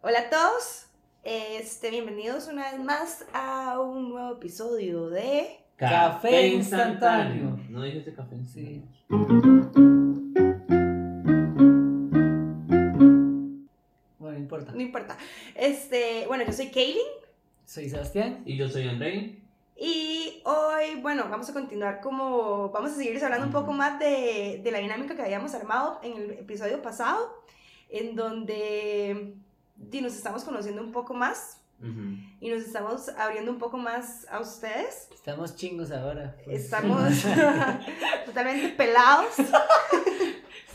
Hola a todos, este, bienvenidos una vez más a un nuevo episodio de... Café instantáneo. No dijiste café instantáneo. Bueno, no importa. No importa. Este, bueno, yo soy Kaylin Soy Sebastián. Y yo soy Andrei. y hoy, bueno, vamos a continuar como... Vamos a seguir hablando un poco más de, de la dinámica que habíamos armado en el episodio pasado, en donde di, nos estamos conociendo un poco más Ujú. y nos estamos abriendo un poco más a ustedes. Estamos chingos ahora. pues. Estamos totalmente pelados.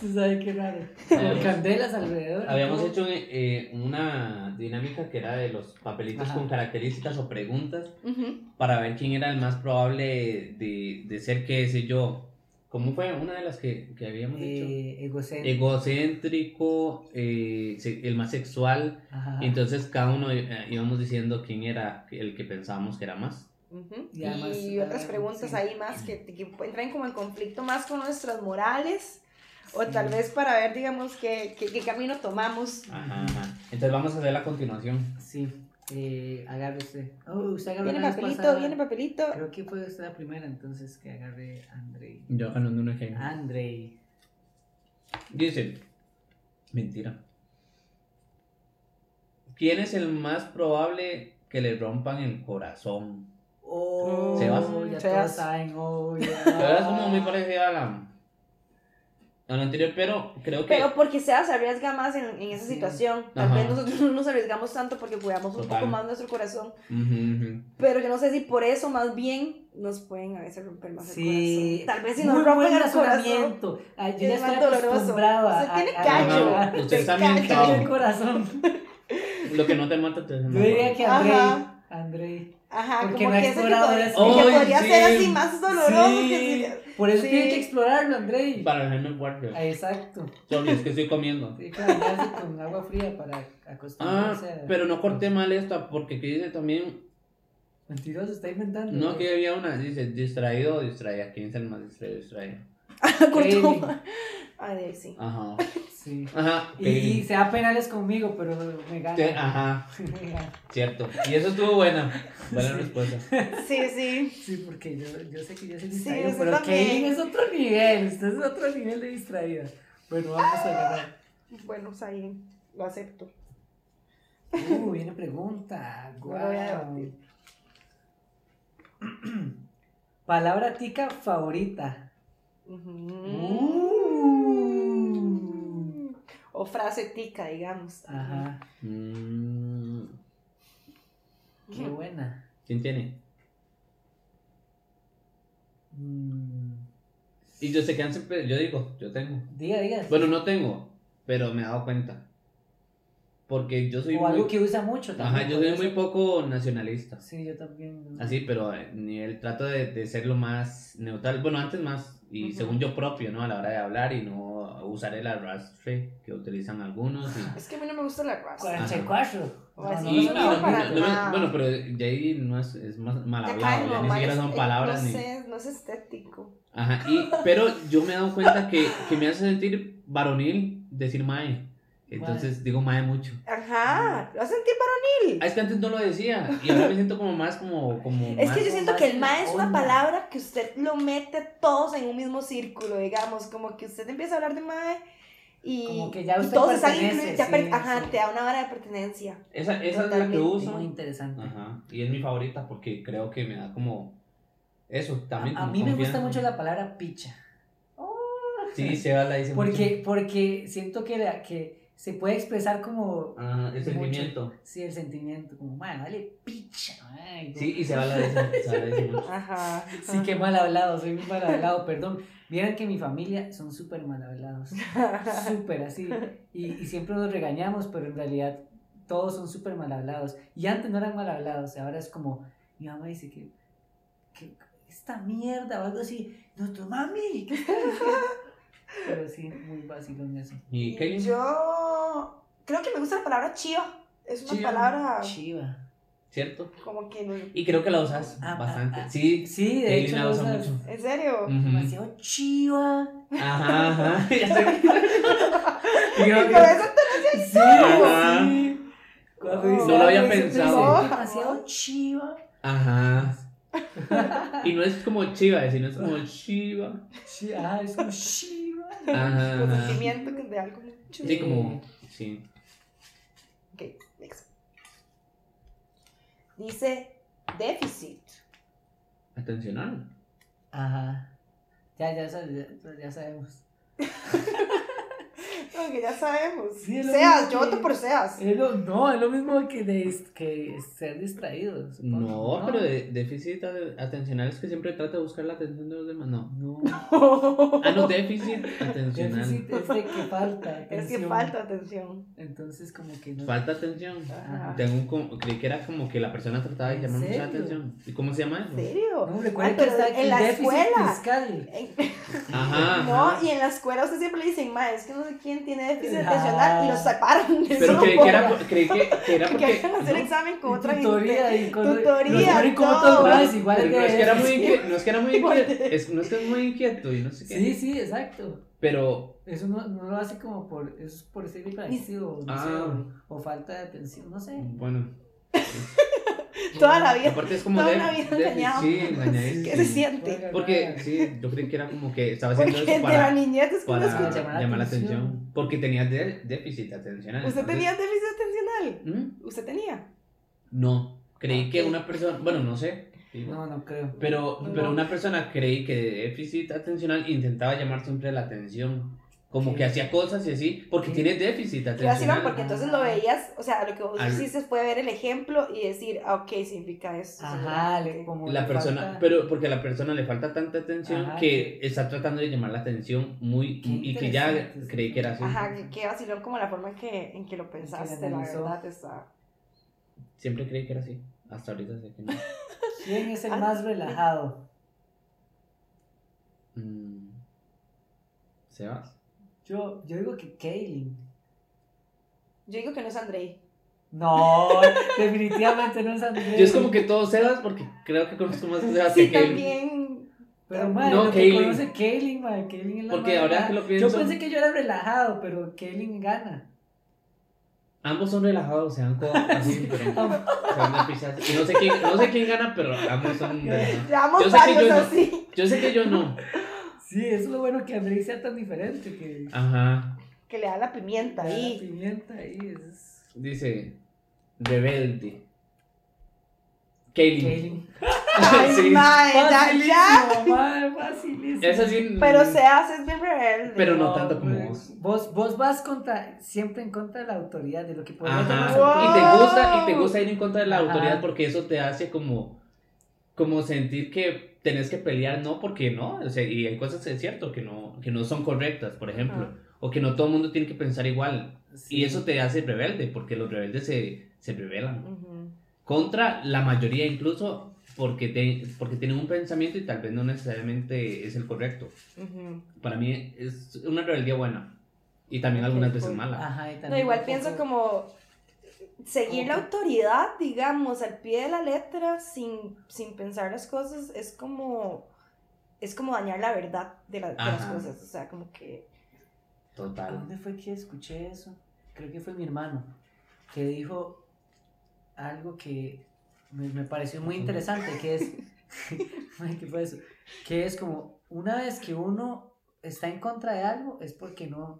Usted sabe qué raro. Con candelas alrededor. Habíamos hecho eh, una dinámica que era de los papelitos Ajá. con características o preguntas Ujú. para ver quién era el más probable de, de ser, qué sé yo. ¿Cómo fue? Una de las que, que habíamos dicho. Eh, egocéntrico. Egocéntrico, eh, se- el más sexual. Ajá. Entonces cada uno eh, íbamos diciendo quién era el que pensábamos que era más. Ujú. Y además, Y otras ah, preguntas sí. ahí más que, que entran como en conflicto más con nuestras morales. O Sí. tal vez para ver, digamos, qué, qué- qué camino tomamos. Ajá, ajá. Entonces vamos a hacer la continuación. Sí. Eh, agarre usted. Oh, usted agarró Viene la vez papelito, pasada. viene papelito. Creo que fue usted la primera entonces que agarré Andrei. Yo ganando un ejemplo. Andrei. Dice, mentira. ¿Quién es el más probable que le rompan el corazón? Oh, Sebas. ya todos Sebas. saben. Oh, Pero ya. es como muy parecida a la, a la anterior, pero creo que... Pero porque Sebas se arriesga más en, en esa Sí. situación. Tal Ajá. vez nosotros no nos arriesgamos tanto porque cuidamos un Total. poco más nuestro corazón. Ujú, ujú. Pero yo no sé si por eso más bien nos pueden a veces romper más Sí. el corazón. Tal vez si Muy nos rompen buen el corazón. razonamiento. Ay, yo ya Es más estoy doloroso. acostumbrada. Usted a- tiene a- callo. a- Ajá, Usted te está bien callo. Cayó el cao. corazón. Lo que no te mata te hace Yo más diría bueno. que Andrei. Ajá. Andrei. Ajá, Porque como no que ha es el que explorado podría, eso. el que ¡Ay, podría sí! ser así más doloroso. Sí, Que Por eso Sí. tiene que explorarlo, Andrei. Para dejarme fuerte. Ah, Exacto. Sorry, es que estoy comiendo. Tiene que bañarse con agua fría para Ah, acostumbrarse. a- pero no corté mal esta porque que dice también... Mentiroso, está inventando. No, aquí había una, dice, distraído o distraída. ¿Quién es el más distraído o distraída? se- Kaylin. cortó. Ay, de ahí sí. Ajá. Sí. Ajá. Y, y se da penales conmigo, pero me gana. Te- Ajá, Me gana. cierto. Y eso estuvo buena. Buena Sí. respuesta. Sí, sí. Sí, porque yo, yo sé que yo soy Sí, distraído, usted pero también. Kaylin es otro nivel. Usted es otro nivel de distraída. Bueno, vamos a ganar. Bueno, pues ahí lo acepto. Uh, viene pregunta. No lo voy a Guau. Palabra tica favorita. Uh. O frase tica, digamos. Ajá. Mm, Qué buena. ¿Quién tiene? Mm, Y yo se quedan siempre. Yo digo, yo tengo. Diga, diga. Bueno, no tengo, pero me he dado cuenta. Porque yo soy o algo muy. que usa mucho también. Ajá, yo soy podría muy ser. poco nacionalista. Sí, yo también. Así, pero a nivel trato de, de ser lo más neutral. Bueno, antes más. Y Ujú. según yo propio, ¿no? A la hora de hablar y no usar el arrastre que utilizan algunos. y- Es que a mí no me gusta la raza. 44. O así, Y- y Pues no, no- no, para no- no- nada. bueno, pero de ahí no es, es más mal Ya hablado, ya calmo, ni mal siquiera es- son eh, palabras No, ni- sé, no es estético. Ajá, y, pero yo me he dado cuenta que, que me hace sentir varonil decir mae. Entonces digo mae mucho. Ajá, Mm. lo vas a sentir varonil. Ah, es que antes no lo decía y ahora me siento como más como... como Es más- que yo siento más que el en la ma es una onda. palabra que usted lo mete todos en un mismo círculo, digamos, como que usted empieza a hablar de mae y, Como que ya y usted todos están pertenece, incluidos, ya per- sí, ajá, sí. te da una vara de pertenencia. Esa, esa es la que Totalmente. uso. Muy interesante. Ajá, y es mi favorita porque creo que me da como... Eso, también... A, a como mí me gusta confianza. mucho la palabra picha. Oh. Sí, Seba la dice mucho. Porque, porque siento que, la- que se puede expresar como. Ah, el Mucho. sentimiento. Sí, el sentimiento. Como, "Mae, vale, picha. mae", Sí, y Seba la dice, Seba la dice mucho. Ajá. ajá. Sí, qué mal hablado, soy muy mal hablado, perdón. Vieran que mi familia son súper mal hablados, súper así. Y, y siempre nos regañamos, pero en realidad todos son súper mal hablados. Y antes no eran mal hablados, ahora es como, mi mamá dice que, que esta mierda o algo así, nuestro mami. ¿qué estás diciendo?". pero sí, muy vacilón eso. ¿Y Kelly? Yo creo que me gusta la palabra chío. Es una Chío, palabra Chiva. ¿Cierto? como que no- Y creo que la usas Ah, bastante. ah, ah. Sí. Sí, de Kelly hecho, la lo usa usas mucho. ¿En serio? Ujú. Demasiado chiva. Ajá, ajá. Ya sé. Y con eso Sí, Ajá. sí. Cuando No dice lo algo, había dice, pensado. "Pero No. es demasiado chiva. Ajá. Y no es como chiva, sino es como chiva. Sí, ah, es como chiva. Ajá. Consentimiento que de algo mucho. Ah. Sí, como. Sí. Ok, next. Dice déficit. Atencional. Ajá. Ya, ya, sab- ya, ya sabemos. Aunque ya sabemos. Sí, es lo seas, mismo yo que- voto por seas. Es lo- no, es lo mismo que, de- que ser distraído. supongo, No, pero de- déficit ade- atencional es que siempre trata de buscar la atención de los demás. No. No. Ah, no, déficit atencional. Déficit es de que falta. es que atención. falta atención. Entonces, como que no. Falta atención. Ajá. Tengo un com- creí que era como que la persona trataba de ¿En llamar mucha serio? atención. ¿Y cómo se llama ¿En eso? serio? No, recuerda Ay, que pero está en el la déficit escuela. fiscal. En- Ajá. No, ajá. y en la escuela a usted siempre le dicen, ma, es que no sé quién tiene déficit Ah. atencional y los separan. de Pero su creí que era, grupo. por- creí que, que era que porque. hagan hacer examen con Y otra gente. tutoría y con Tutoría, los ponen como todo. todos Claro, iguales, iguales pero no, de- es que era muy inquieto, no es que era muy Igual inquieto, es, no es que es muy inquieto y no sé qué. Sí, sí, exacto. Pero, Eso no, no lo hace como por, eso es por ser hiperactivo, no sé, Ah. o, o falta de atención, no sé. bueno. Toda la vida. Aparte es como Toda de, una vida de- engañado. sí, engañadísimo. ¿Qué se siente? Oiga, Porque nada. sí, yo creí que era como que estaba haciendo Porque eso de la para, niñez es que uno para la escucha. llamar, la atención. Porque tenía de- déficit atencional. ¿Usted entonces- tenía déficit atencional? ¿Mm? ¿Usted tenía? No, creí que Ok. una persona, bueno, no sé. digo, No, no creo. Pero, No. pero una persona creí que de déficit atencional intentaba llamar siempre la atención. Como Ok. que hacía cosas y así, porque Ok. tiene déficit Yo así atencional. no, porque entonces lo veías, o sea, lo que vos Al- hiciste fue ver el ejemplo y decir, ah, ok, significa eso. Ajá, le, seguramente. como La le persona, falta- pero porque a la persona le falta tanta atención Ajá, que está tratando de llamar la atención muy Qué y que ya interesante. creí que era así. Ajá, que, que vacilón como la forma en que, en que lo pensaste, la analizó. verdad, está. Siempre creí que era así. Hasta ahorita sé que no. ¿Quién es el Ah, más sí. relajado? Mm. Sebas. Yo, yo digo que Kaylin. Yo digo que no es Andrei. No, definitivamente no es Andrés. Yo es como que todo Sebas porque creo que conozco más a Sebas Sí, que Kevin. también. Pero madre, No, lo que Kaylin. conoce Kaylin, madre, Kaylin es la Porque más ahora relajada. que lo pienso, Yo pensé que yo era relajado, pero Kaylin gana. ambos son relajados, se dan cosas así, pero se van de pisas. Y no sé quién, no sé quién gana, pero ambos son relajados. Llevamos Yo sé que varios yo no. así. Yo sé que yo no. Sí, eso es lo bueno que Andrés sea tan diferente que Ajá. Que le da la pimienta la ahí. pimienta ahí es Dice rebelde. Kaylin. Kaylin. Ay, Sí. mae, ya, ya. Facilísimo, madre, facilísimo. Esa sí. Pero seas es bien rebelde. Pero no tanto como güey. vos. Vos, vos vas contra, siempre en contra de la autoridad, de lo que podría Ajá. llamarse Wow. Y autoridad. te gusta, y te gusta ir en contra de la Ajá. autoridad porque eso te hace como, como sentir que tenés que pelear, no porque no. O sea, y hay cosas es cierto que no, que no son correctas, por ejemplo. Ah. O que no todo el mundo tiene que pensar igual. Y eso te hace rebelde, porque los rebeldes se, se rebelan. Ujú. Contra la mayoría incluso porque, te- porque tienen un pensamiento y tal vez no necesariamente es el correcto. Ujú. Para mí es una rebeldía buena. Y también algunas Ok, veces cool. mala. Ajá, y también No, igual un pienso poco- como seguir la Como autoridad, digamos, al pie de la letra, sin, sin pensar las cosas, es como es como dañar la verdad de, la- de las Ajá. cosas. O sea, como que ¿A Total. dónde fue que escuché eso? Creo que fue mi hermano, que dijo algo que me, me pareció muy interesante, que es, Ay, ¿qué fue eso? Que es como, una vez que uno está en contra de algo, es porque no,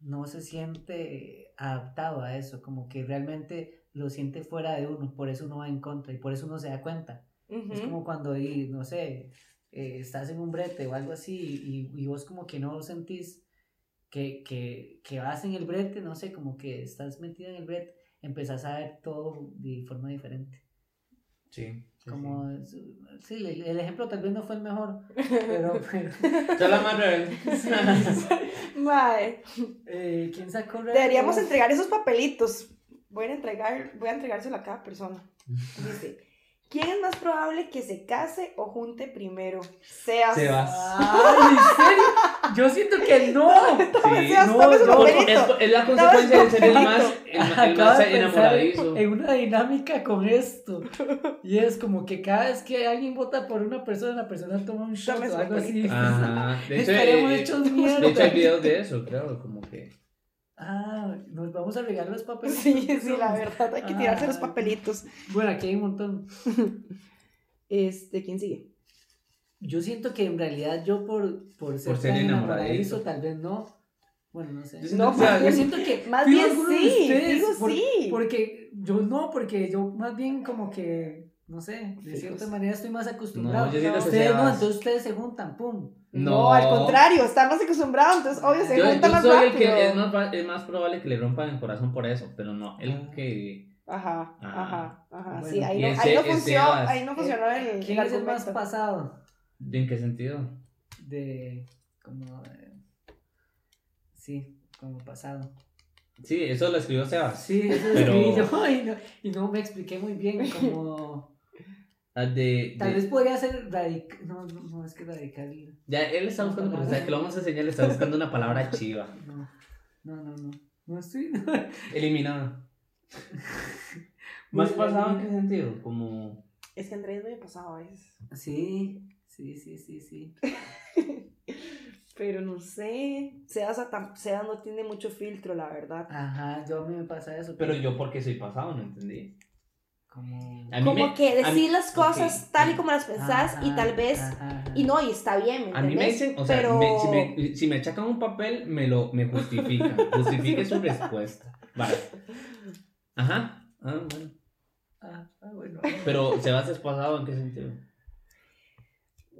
no se siente adaptado a eso, como que realmente lo siente fuera de uno, por eso uno va en contra y por eso uno se da cuenta. ujú, Es como cuando, y, no sé, eh, estás en un brete o algo así y, y vos como que no sentís que, que, que vas en el brete, no sé, como que estás metida en el brete, empezás a ver todo de forma diferente. Sí. sí, sí. Como, es- sí, el, el ejemplo tal vez no fue el mejor, pero, pero, Soy la más rebelde. Mae, eh, ¿quién sacó reto? deberíamos entregar esos papelitos. Voy a entregar, voy a entregárselo a cada persona. Dice, ¿quién es más probable que se case o junte primero? Seas. Ah. Sebas. Ay, ¿en serio? Yo siento que no. Sí. Seas, No, tome su no, Porque papelito. es, es la consecuencia de ser el papelito. más, el, ma- el Acabo más de pensar enamoradizo. en una dinámica con esto. Y es como que cada vez que alguien vota por una persona, la persona toma un shot Toma o algo así. su Ajá. De hecho, Estaremos eh, hechos de hecho, hay mierda. videos de eso, claro, como que. Ah, nos vamos a regalar los papelitos. Sí, sí, la verdad, hay que tirarse los Ay. papelitos. Bueno, aquí hay un montón. Este, ¿quién sigue? Yo siento que en realidad yo por, por ser, Por ser tan enamoradizo. enamoradizo, tal vez no. Bueno, no sé. Yo No, siento que- más yo Yo bien, siento que más fijo bien alguno de sí, ustedes, digo por- sí. Porque yo no, porque yo más bien como que, no sé, de Fijos. cierta manera estoy más acostumbrado. pues. No, yo siento No. que ustedes sea- no, entonces ustedes se juntan, pum. No, No. al contrario, están más acostumbrados, entonces obvio se Yo, yo juntan más soy el rápido. que es más, va- es más probable que le rompan el corazón por eso, pero no, Ah. el que... Ajá, Ah. ajá, ajá. Bueno, sí, ahí y no, ese- ahí no ese funcionó, as- ahí no funcionó el, el ¿Quién es el más argumento. pasado? ¿En qué sentido? De, como, eh, sí, como pasado. Sí, eso lo escribió Sebas. Sí, eso Pero- escribí yo y no, y no me expliqué muy bien, como... Ah, De, Tal de- vez podría ser radical. No, no, no, es que radical. Ya, él está buscando, No, o no, sea, no. que lo vamos a enseñar, le está buscando una palabra chiva. No, no, no. No, no estoy. Eliminada. ¿Más pasado en qué sentido? Como... Es que Andrés muy pasado a veces. Sí, sí, sí, sí. sí. Pero no sé, Seas, a tam- Seas no tiene mucho filtro, la verdad. Ajá, yo a mí me pasa eso. Pero yo porque soy pasado, no entendí. Como. A mí Como me- que a decir mí- las cosas ok. Ah, tal y como las pensás y Ajá, tal vez, ajá, ajá. y no, y está bien, ¿me A mí me entendés? dicen, o sea, Pero- me- si, me, si me achacan un papel, me lo me justifican. Justifique su respuesta. Vale. Ajá. Ah, bueno. Ah, ah, bueno. Pero se va despasado en qué sentido.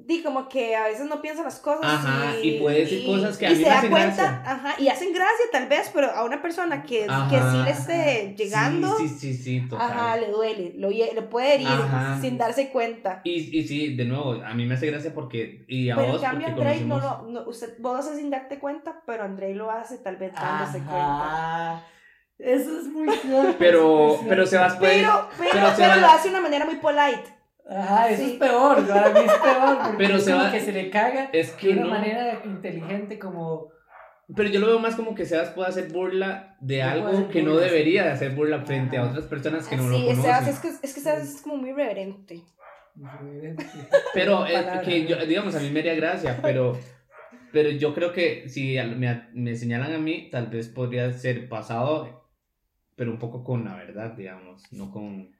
Di como que a veces no piensa las cosas. Ajá, y puede decir cosas que a y mí se me da hacen cuenta, gracia. ajá, y hacen gracia tal vez, pero a una persona que, Ajá, que sí le esté ajá. llegando, Sí, sí, sí, sí, total. ajá, le duele, lo, hie- le puede herir Ajá. sin darse cuenta. Y, y sí, de nuevo, a mí me hace gracia porque. Y a Pero en vos, cambio porque Andrei no conocemos. lo, no, usted, vos lo haces sin darte cuenta, pero Andrei lo hace tal vez dándose Ah, cuenta. Ajá. Eso es muy cierto. Pero, eso es muy pero cierto. Sebas puede. Pero, Pero, pero, Pues, pero pero, se va- lo hace de una manera muy polite. Ajá, eso Sí. es peor. Para mí es peor. Porque Pero es se como va- que se le caga es de que una no. manera inteligente, como. Pero yo lo veo más como que Sebas puede hacer burla de Yo puedo algo hacer que no burla, sí. debería de hacer burla frente a Ajá. otras personas que no lo Sí, conocen. Sebas, es que, es que Sebas es como muy reverente. Pero Una eh, palabra, que yo, ¿no? digamos, a mí me haría gracia, pero, pero yo creo que si al- me, me señalan a mí, tal vez podría ser pasado, pero un poco con la verdad, digamos, no con...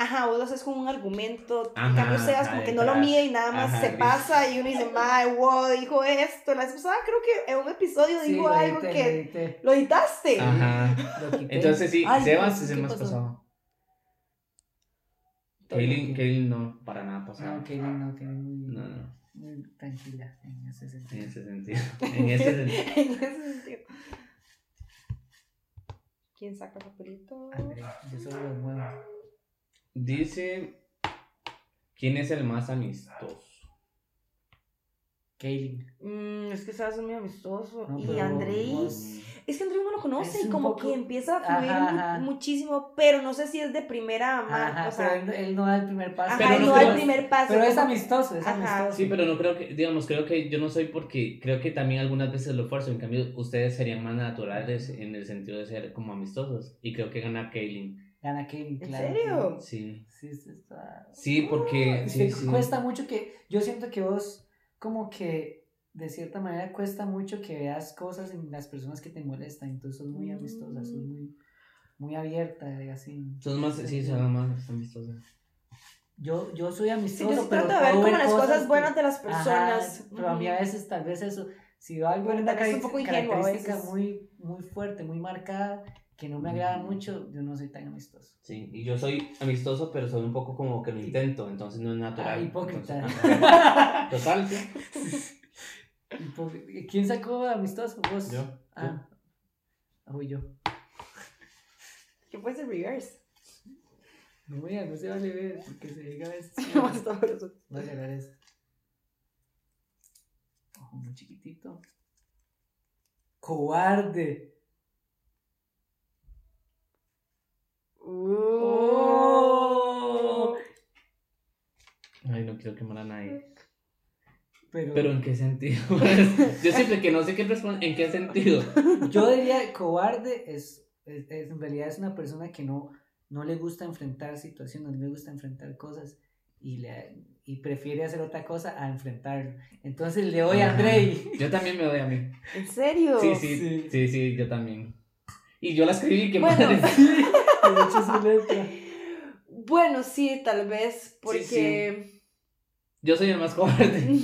Ajá, vos lo haces con un argumento. Ajá, en cambio, Sebas ajá, como que no detrás. lo mide y nada más Ajá, se sí. pasa y uno dice, madre, wow, dijo esto. La vez pasada creo que en un episodio Sí, dijo lo algo edité, que lo edité, lo editaste. Ah. Ajá. lo quité. Entonces sí, Ay, Sebas no, es el ¿qué más pasó? pasado. Todo Kaylin, bien. Ah, Kaylin no, para nada pasado. No, que no, que No, no, muy tranquila en ese en sentido. ese sentido. En ese sentido. En ese sentido. ¿Quién saca papelito? André, yo solo lo muevo. Dice, ¿quién es el más amistoso? Kaylin. Mm, es que Sebas es muy amistoso. No, y pero Andrei. vos- Es que Andrei uno lo conoce Es y un como poco- que empieza a fluir Ajá, mu- ajá. muchísimo, pero no sé si es de primera mano. Ajá, o sea, pero él, no- él no da el primer paso. ajá, Pero no no da el creo- primer paso. Pero es como- amistoso, es Ajá. amistoso. Sí, pero no creo que, digamos, creo que yo no soy porque creo que también algunas veces lo esfuerzo, en cambio ustedes serían más naturales en el sentido de ser como amistosos y creo que gana Kaylin. Gana Kaylin, ¿En claro. serio? Sí. Sí, sí, está. Sí, porque Es sí, que sí. Ah, cuesta mucho que. Yo siento que vos, como que. De cierta manera cuesta mucho que veas cosas en las personas que te molestan, entonces sos muy amistosa, sos muy, muy abierta, eh, así. Son más, sí, son más amistosos. Yo, yo soy Sí, amistoso, yo sí pero trato de ver puedo como las cosas que- buenas de las Ajá, personas. pero a mí a Ujú. veces tal vez eso, si veo alguna Bueno, tal vez un carac- poco ingenuo a característica veces. muy, muy fuerte, muy marcada, que no me agrada Ujú. mucho, yo no soy tan amistoso. Sí, y yo soy amistoso, pero soy un poco como que lo intento, entonces no es natural. Ah, hipócrita. Entonces, ajá. Total, sí. Y por- ¿Quién sacó amistoso? ¿Vos? Yo. Ah, Uy, yo. Que puede ser reverse. No, mira, no se vale ver, porque se diga eso. Más todo eso. Voy a agarrar esto. Ojo muy chiquitito. Cobarde. Uh. Oh. Ay, no quiero quemar a nadie. Pero, Pero en qué sentido. yo siempre que no sé qué responder, en qué sentido. Yo diría que cobarde es, es- es- en realidad es una persona que no, no le gusta enfrentar situaciones, no le gusta enfrentar cosas y, le, y prefiere hacer otra cosa a enfrentarlo. Entonces le doy a Andrei. Yo también me doy a mí. ¿En serio? Sí, sí, Sí. sí, sí, yo también. Y yo la escribí, qué Bueno, madre. Sí, de hecho es una letra. Bueno, sí, tal vez, porque... Yo soy el más cobarde.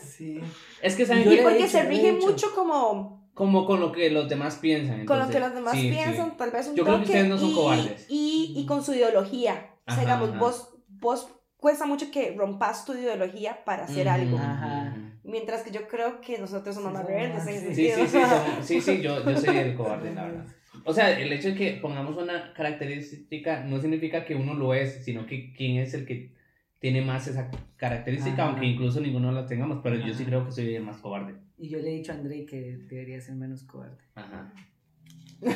Sí. Es que saben Yo qué? Y le he porque hecho, se lo he rige hecho. mucho como como con lo que los demás piensan. con lo entonces, que los demás sí, sí. piensan, tal vez un Yo creo que toque, ustedes no son y, cobardes. Y, y con su ideología. o sea, Ajá, digamos, ajá. vos, vos cuesta mucho que rompas tu ideología para hacer Ujú, algo. Ajá. ujú. Mientras que yo creo que nosotros somos Sí, más somos rebeldes más, en ese sí. Sí, sentido. sí, sí, somos- sí, sí, yo, yo soy el cobarde, la verdad. O sea, el hecho de que pongamos una característica no significa que uno lo es, sino que quién es el que tiene más esa característica, Ajá. aunque incluso ninguno la tengamos, pero yo sí Ajá. creo que soy el más cobarde. Y yo le he dicho a Andrei que debería ser menos cobarde. Ajá.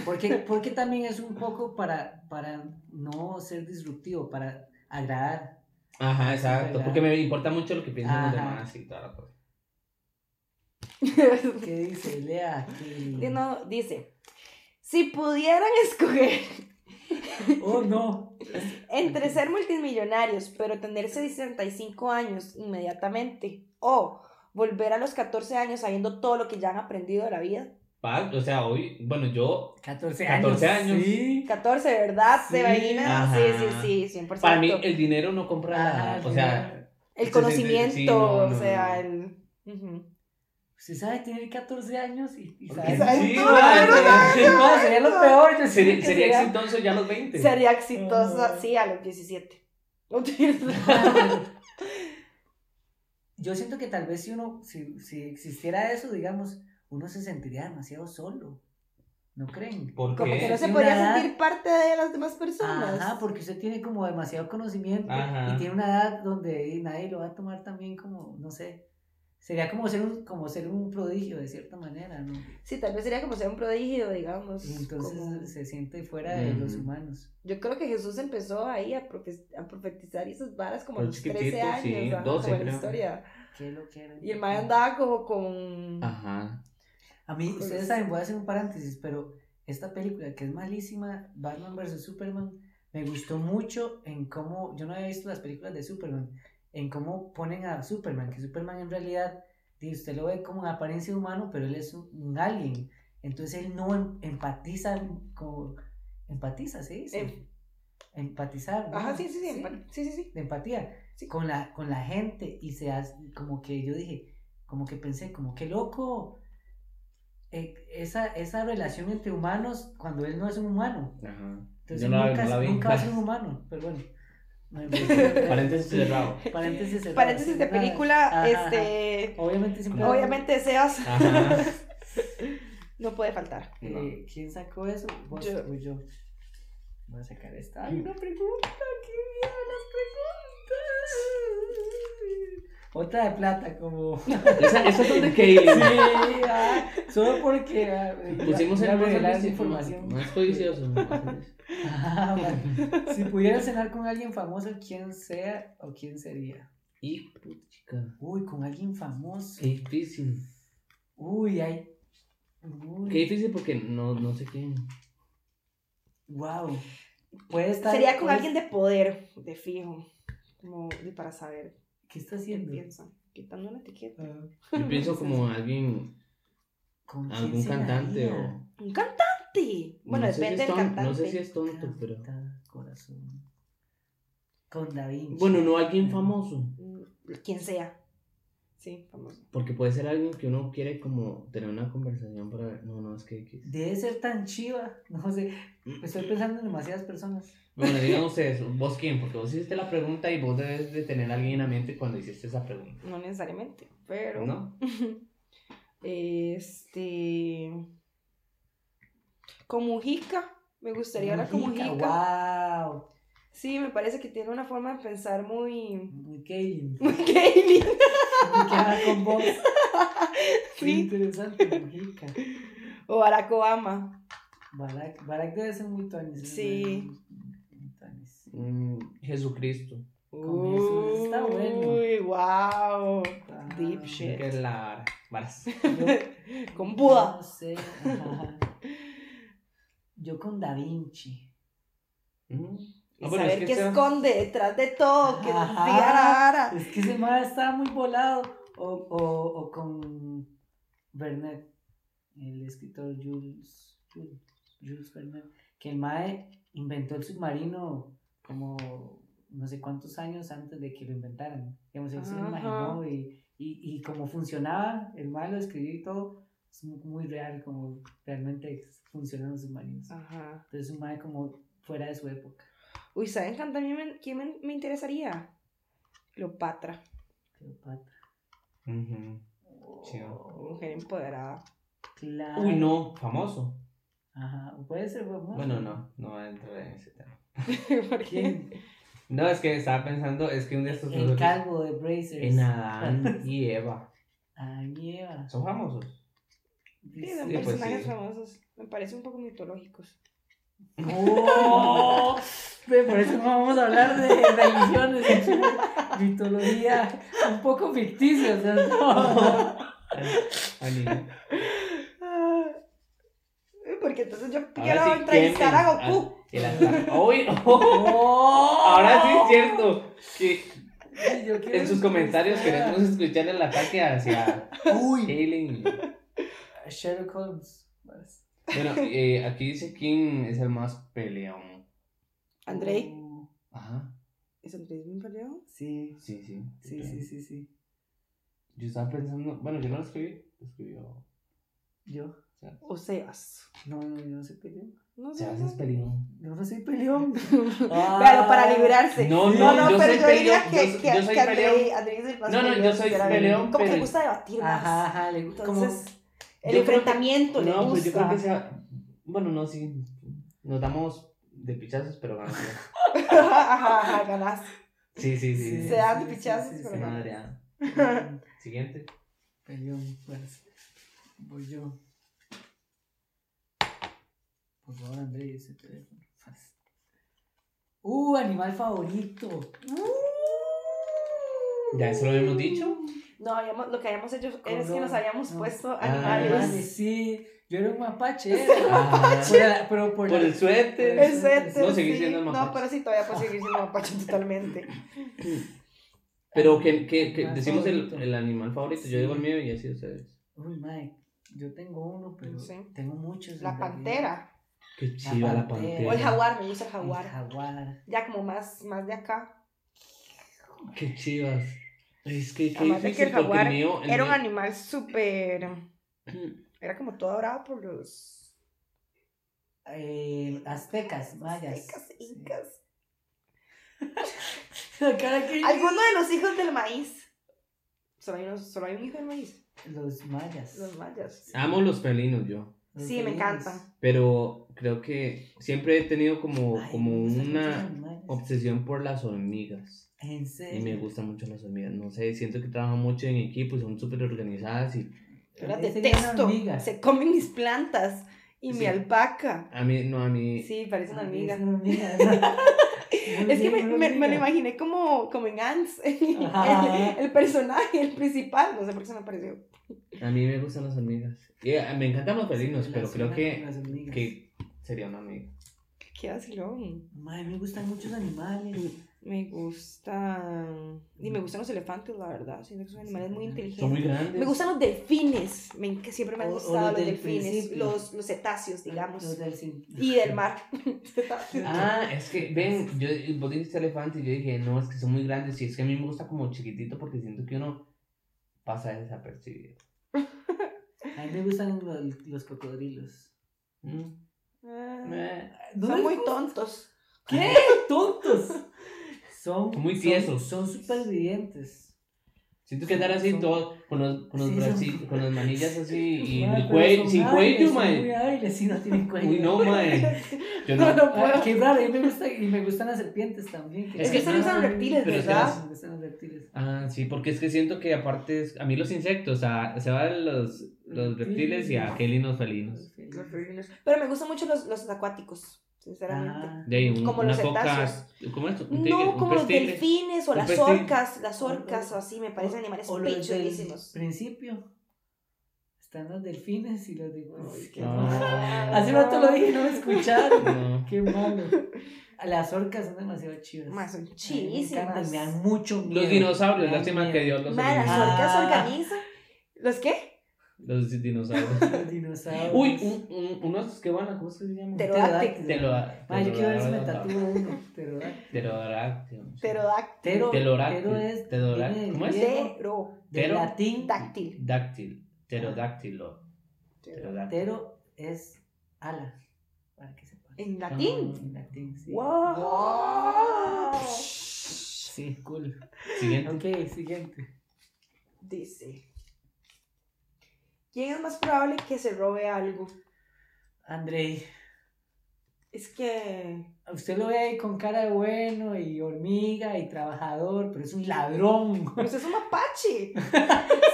Porque, porque también es un poco para, para no ser disruptivo, para agradar. Ajá, exacto, ¿verdad? porque me importa mucho lo que piensan los Ajá. demás y toda la cosa. ¿Qué dice? Lea. aquí. Mm. No, dice, si pudieran escoger Oh, no. entre ser multimillonarios pero tener 65 años inmediatamente o volver a los 14 años sabiendo todo lo que ya han aprendido de la vida, Pa- O sea, hoy, bueno, yo, 14 años. 14 años. Sí. 14, ¿verdad? ¿Se Sí, imagina? ajá. Sí, sí, sí, 100%. para mí el dinero no compra nada, Ajá, o sea, Ah, el sí, conocimiento, sí, no, o no, sea, no. el... ujú. Usted sabe tener 14 años y, y porque- sabe. sabe sí, todo, madre, No, sería lo peor. Yo sé Sería, que sería exitoso ya a los 20. Sería exitoso, Ah. sí, a los 17. No tienes- Yo siento que tal vez si uno, si, si existiera eso, digamos, uno se sentiría demasiado solo. ¿No creen? ¿Por Como qué? que no se Tiene podría una edad- sentir parte de las demás personas. Ajá, porque usted tiene como demasiado conocimiento Ajá. y tiene una edad donde y nadie lo va a tomar también como, no sé, sería como ser un, como ser un prodigio de cierta manera, ¿no? Sí, tal vez sería como ser un prodigio, digamos. Y entonces como- se siente fuera de los Pues, Ujú. humanos. Yo creo que Jesús empezó ahí a, profe- a profetizar y esas varas como a Muy los 13 chiquitito, años, sí, ajá, 12 como en la creo. historia. ¿Qué lo que era? Y el man andaba como con... Ah. Ajá. A mí, ustedes saben, voy a hacer un paréntesis, pero esta película que es malísima, Batman vs. Superman, me gustó mucho en cómo, yo no había visto las películas de Superman, en cómo ponen a Superman, que Superman en realidad, di, usted lo ve como en apariencia humano, pero él es un, un alien, entonces él no em- empatiza, como, empatiza, ¿sí? Em- Empatizar. ¿no? Ajá, sí, sí, sí, empa- sí, sí, sí. de empatía Sí. con, la, con la gente y se hace como que yo dije, como que pensé, como que loco eh, esa, esa relación entre humanos cuando él no es un humano. Ajá. Entonces Yo no la- nunca, no la vi. nunca va a ser un humano, pero bueno. No, no, Paréntesis cerrado. Paréntesis, cerrado, Paréntesis de cerrado. película, Ajá, este... ajá. Obviamente siempre. Obviamente Sebas Ajá. no puede faltar. Eh, No. ¿Quién sacó eso? ¿Vos Yo. o yo? Voy a sacar esta. Hay una pregunta, qué miedo las preguntas. Otra de plata, como. Esa, esas son de Kaylin. Sí, ah, solo porque ah, ya- Pusimos ya en revelar el esa información. información. Más codicioso. Ah, bueno. si pudiera cenar con alguien famoso, ¿quién sea o quién sería? Y puta chica. Uy, con alguien famoso. Qué difícil. Uy, hay. Qué Uy, difícil porque no, no sé quién. wow. Puede estar. Sería con puede- alguien de poder, de fijo. Como de para saber ¿Qué está qué haciendo? piensan. Quitando una etiqueta. Ah, Yo pienso como alguien, ¿con quién algún cenaría? cantante o. ¡Un cantante! Bueno, no sé si depende del es ton- cantante. No sé si es tonto, pero. Canta, corazón. Con David. Bueno, no alguien famoso. Mm, Quien sea. Sí, famoso. Porque puede ser alguien que uno quiere como tener una conversación para ver. No, no, es que. que- Debe ser tan chiva. No sé. Mm. Estoy pensando en demasiadas personas. Bueno, digan ustedes, vos quién, porque vos hiciste la pregunta y vos debes de tener a alguien en la mente cuando hiciste esa pregunta. No necesariamente, pero. ¿No? Este. Con Mujica. Me gustaría hablar con Mujica. Wow. Sí, me parece que tiene una forma de pensar muy. Muy Kaylin. Muy gay. ¿Qué haga con vos? Qué Sí. interesante, Mujica. O Barack Obama. Barack, Barack debe ser muy tuanis. Sí. Muy tuanis. Mm, Jesucristo. Con Jesús, está bueno. Uy, wow. Deep Ah, shit. Que la varas. Yo- Con Buda. No sé. ajá. Yo con Da Vinci. Mm, Y Ah, bueno, saber es que qué sea- esconde detrás de todo, que Ajá. diga ara. Es que ese mae estaba muy volado. O, o- o con Bernet, el escritor Jules, Jules, Jules Bernet, que el mae inventó el submarino como no sé cuántos años antes de que lo inventaran. Digamos, él se lo Ajá. imaginó y, y, y cómo funcionaba, el mae lo escribió y todo. Es mu- muy real, como realmente funcionan los submarinos. Ah. Ajá. Entonces, un mae como fuera de su época. Uy, ¿saben quién también me, quién me, me interesaría? Cleopatra, Cleopatra. Ujú. una Chido. mujer empoderada. Claro. Uy, no, famoso. Ajá, puede ser famoso. Bueno, no, no va a entrar en ese tema. ¿Por qué? ¿Quién? No, es que estaba pensando, es que un de estos El calvo de Brazers. en Adán y Eva. Ah, mierda. Son famosos. Sí, son Sí, pues personajes sí. famosos. Me parecen un poco mitológicos. ¡Oh! Ve, Por eso no vamos a hablar de religiones, en Chile. mitología un poco ficticia. O sea, no. Anime. Ah, Porque entonces yo Ahora quiero sí, entrevistar ¿quién a es? Goku. El Adán. Uy, oh, ahora sí es cierto. Que Oh. Sí, yo quiero en sus comentarios entrevistar queremos escuchar el ataque hacia a- Uy, Kaylin. a Sherlock Holmes. Pues, Vas. Bueno, eh, aquí dice quién es el más peleón. Ah. Andrei. Uh, Ajá. ¿Es Andrei bien peleado? Sí, Sí, sí. sí, sí, sí, sí. Yo estaba pensando, bueno, yo no lo escribí. Lo escribió. Yo. ¿O Sebas? No, no, yo no soy peleón. No sé. Sebas es peleón. Yo no soy peleón. Ah. Claro, para librarse. No, No, no, yo pero soy yo diría peleón, que, yo- que, yo soy que Andrei- peleón. Andrei es el más No, no, yo peleón, soy sinceramente. peleón, Como que le pero- gusta debatir más. Ajá, ajá, le gusta como- Entonces, el Yo creo que- enfrentamiento le No, gusta. pues yo creo que sea. Bueno, no, sí. Nos damos de pichazos, pero ganamos. ajá, ajá, ganás. Sí, sí, sí. Sí, Se dan sí, sí, pichazos, sí, pero Sí, sí. ganas. madre. ah. Siguiente. Perdón, pues. Voy yo. Por favor, André, ese teléfono. Pues. Uh, animal favorito. Ya, eso lo habíamos dicho. Ah. No, habíamos, lo que habíamos hecho es que Color, nos habíamos no. puesto Ah, Animales. animales. sí. Yo era un mapache. era. Ah, Por la- pero por, por la- el suéter. Es éter, No, seguir sí. siendo No, mapache. pero sí, todavía puedo seguir siendo mapache totalmente. Pero que, que, que Animal decimos el, favorito. el animal favorito. Sí. Yo digo el mío y así ustedes. Uy, Mike. Yo tengo uno, pero Sí. tengo muchos. en La realidad. pantera. Qué chiva la pantera. O el pantera. jaguar, me gusta el El jaguar. jaguar. Ya como más, más de acá. Qué chivas. Es que qué Además de que el difícil porque jaguar el mío. el Era un mío- animal súper... Era como todo dorado por los... Eh, aztecas, mayas. aztecas, Sí. incas. La cara que- Alguno de los hijos del maíz. Solo hay, uno- solo hay un hijo del maíz. Los mayas. Los mayas. Amo los felinos yo. Los Sí, me felinos. encantan. Pero creo que siempre he tenido como, Ay, como me gustan mucho los una animales. obsesión por las hormigas. En Y serio. me gustan mucho las hormigas. No sé, siento que trabajan mucho en equipo, y son súper organizadas y Yo las Ese ya es detesto. hormiga. Se comen mis plantas y mi Sí. alpaca. a mí, no, a mí, Sí, parece una Ah, hormiga. Es una hormiga. Muy Es que me, bien, me- me lo hormiga. imaginé como, como en Ants, Ajá. el, el personaje, el principal, no sé por qué se me pareció. a mí me gustan las hormigas. Y, eh, me encantan los felinos, Se pero creo relacionan con que, las hormigas. que sería una hormiga. Qué vacilón. Madre, me gustan muchos animales. Me gustan... Y me gustan los elefantes, la verdad, siento que son animales muy Son inteligentes. Son muy grandes. Me gustan los delfines, me enc- siempre me han O- o gustado los los, del delfines, principio. los, los cetáceos, Los digamos, del cin- y del mar. Cetáceos. Ah, es que, ven, yo, eh, vos dijiste elefante y yo dije, no, es que son muy grandes y es que a mí me gusta como chiquitito porque siento que uno pasa desapercibido. A mí me gustan los, los cocodrilos. Mm, Ah, eh. ¿No Son les muy gustan? tontos. ¿Qué? ¡Tontos! Son Muy son- tiesos. Son supervivientes. Siento que andar así Son- todo, con los, con los Sí, son- bracitos, con las manillas así y Madre, el pero cuello, son sin hábiles, cuello, son Muy mae. hábiles y no tienen cuello. Uy, no, mae. Yo No, no. no Ah, puedo. qué raro, a mí me gusta, y me gustan las serpientes también. Es que son ustedes usan reptiles, ¿verdad? Me gustan los reptiles. Ah, sí, porque es que siento que aparte, es- a mí los insectos, a, se van los, los reptiles y a Kelly los felinos. Los felinos. Pero me gustan mucho los, los acuáticos, sinceramente. Ah, De ahí, un- Como una los coca, cetáceos. ¿cómo es? Un tigre, No, un como pez los tigre. delfines o Un las pez tigre. orcas, las O- orcas o así, me parecen o- animales o los del pichonísimos. principio. Están los delfines y los Ah. de... Ay, qué No. mal. Hace rato lo dije y no me escucharon. Ah, No. Qué malo. Las orcas son demasiado chidas. Más son A mí me chidísimas. encantan, Me dan mucho miedo. Los dinosaurios, Me dan lástima miedo. que Dios los Mae, las eliminó. orcas Ah. organizan. ¿Los qué? Los dinosaurios. Los dinosaurios. Uy, un- un- unos que van a. ¿Cómo es que se llaman? Pero- Pterodáctilo. Te lo da. Ma, yo quiero ver si me tatuaje. tatúo uno. Pterodáctilo. Pterodáctilo. Pterodáctilo. Ptero- Pterodáctilo. Ptero es- Pterodáctilo. tiene ¿Cómo es? diez- Pterodáctil. Del Ptero- latín. Dáctil. Dáctil. Pterodáctilo. Pterodáctilo. Ptero es ala. Para que sepan. ¿En Ah. latín? En latín, sí. ¡Wow! Sí, cool. Siguiente. Ok, siguiente. Dice. ¿Quién es más probable que se robe algo? Andrei. Es que. Usted lo ve ahí con cara de bueno y hormiga y trabajador, pero es un ladrón. Usted pues, es un mapache.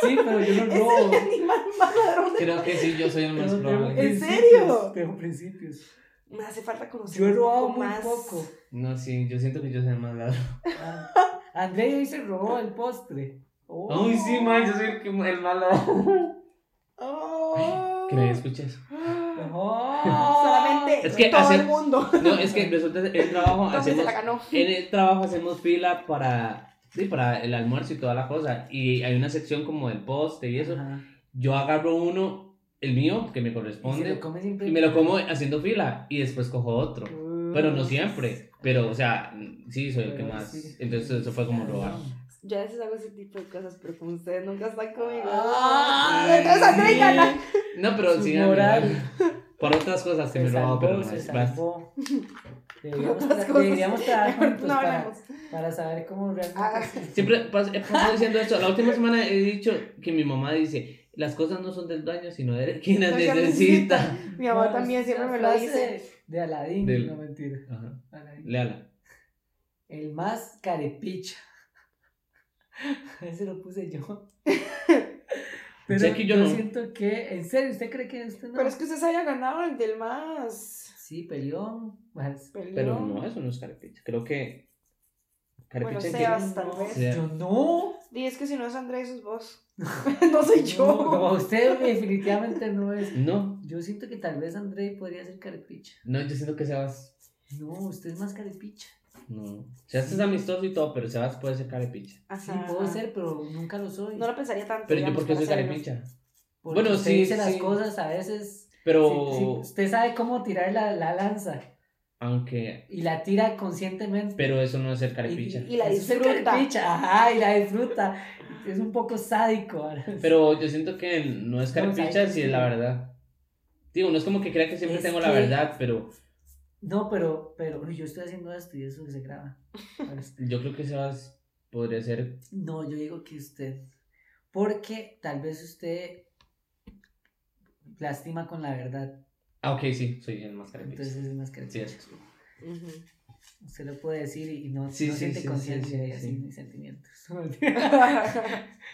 Sí, pero yo no Es robo. el animal más ladrón de- Creo que sí, yo soy el más Pero tengo probable. ¿En principios, serio? Tengo principios. Me hace falta conocer. Yo he un poco robado muy más. poco. No, sí, yo siento que yo soy el más ladrón. Ah, Andrei hoy se robó el postre. Oh. Ay, sí, man, yo soy el, que, el más ladrón. Oh. Que nadie escuche eso. Oh. Solamente Es que todo hace- el mundo. No, es que resulta que el trabajo Entonces se hacemos, la ganó. en el trabajo hacemos fila para, sí, para el almuerzo y toda la cosa. Y hay una sección como del poste y eso. Ajá. Yo agarro uno, el mío, que me Y se corresponde, lo come siempre. y me lo como haciendo fila y después cojo otro. Pero no siempre. Pero, o sea, sí, soy el que Pero más. Ah, sí. Entonces eso fue como robar. Yo a veces hago ese tipo de cosas, pero como ustedes nunca están conmigo. Ah, entonces André sí. gana. No, pero Su sí, moral. por otras cosas que Se me robaba, salvó, pero no se es más. salvó. Deberíamos, Otras tra- cosas. deberíamos trabajar Mejor juntos no para, hablamos. para saber cómo realmente. Ah. se- Siempre pas- he pasado diciendo esto. La última semana he dicho que mi mamá dice, las cosas no son del dueño, sino de quien las No se necesita. Mi mamá Bueno, también es una siempre me lo frase dice. De Aladín, Del- no mentira. Ajá. Aladín. Léala. El más carepicha. Ese lo puse yo. Pero Sé que yo yo no. siento que, en serio, ¿usted cree que usted no? Pero es que usted se haya ganado el del más. Sí, peleón. Más- peleón. Pero no, eso no es carepicha. Creo que... Bueno, Carepicha sea- que... Sebas, tal vez. Sea- Yo no. Y es que si no es Andrés, es vos. no soy yo. No, no, usted definitivamente no es. No, Yo siento que tal vez Andrei podría ser carepicha. no, yo siento que Sebas... No, usted es más carepicha. No. Sebas es amistoso y todo, pero Sebas puede ser carepicha. Sí, Ajá, puedo ajá. ser, pero nunca lo soy. No lo pensaría tanto. Pero Pues yo digamos, porque para soy hacerlo. carepicha. Porque Bueno, usted sí, dice las sí. cosas a veces. Pero... sí, pues. sí, usted sabe cómo tirar la, la lanza Aunque... y la tira conscientemente. Pero eso no es ser carepicha. Y la Eso es ser disfruta. carepicha, ajá, y la disfruta. Es un poco sádico. ahora. Pero yo siento que no es No, o sea, carepicha yo si es la verdad. Digo, no es como que crea que siempre Es tengo la que- verdad, pero No, pero, pero uy, yo estoy haciendo esto y eso se graba. yo creo que Sebas podría ser. No, yo digo que usted. Porque tal vez usted lastima con la verdad. Ah, ok, sí, soy el más carepicha. Entonces es más carepicha. Cierto. Ujú. Usted lo puede decir y no, Sí, no sí, siente sí, conciencia sí, sí, y así sí. ni sentimientos.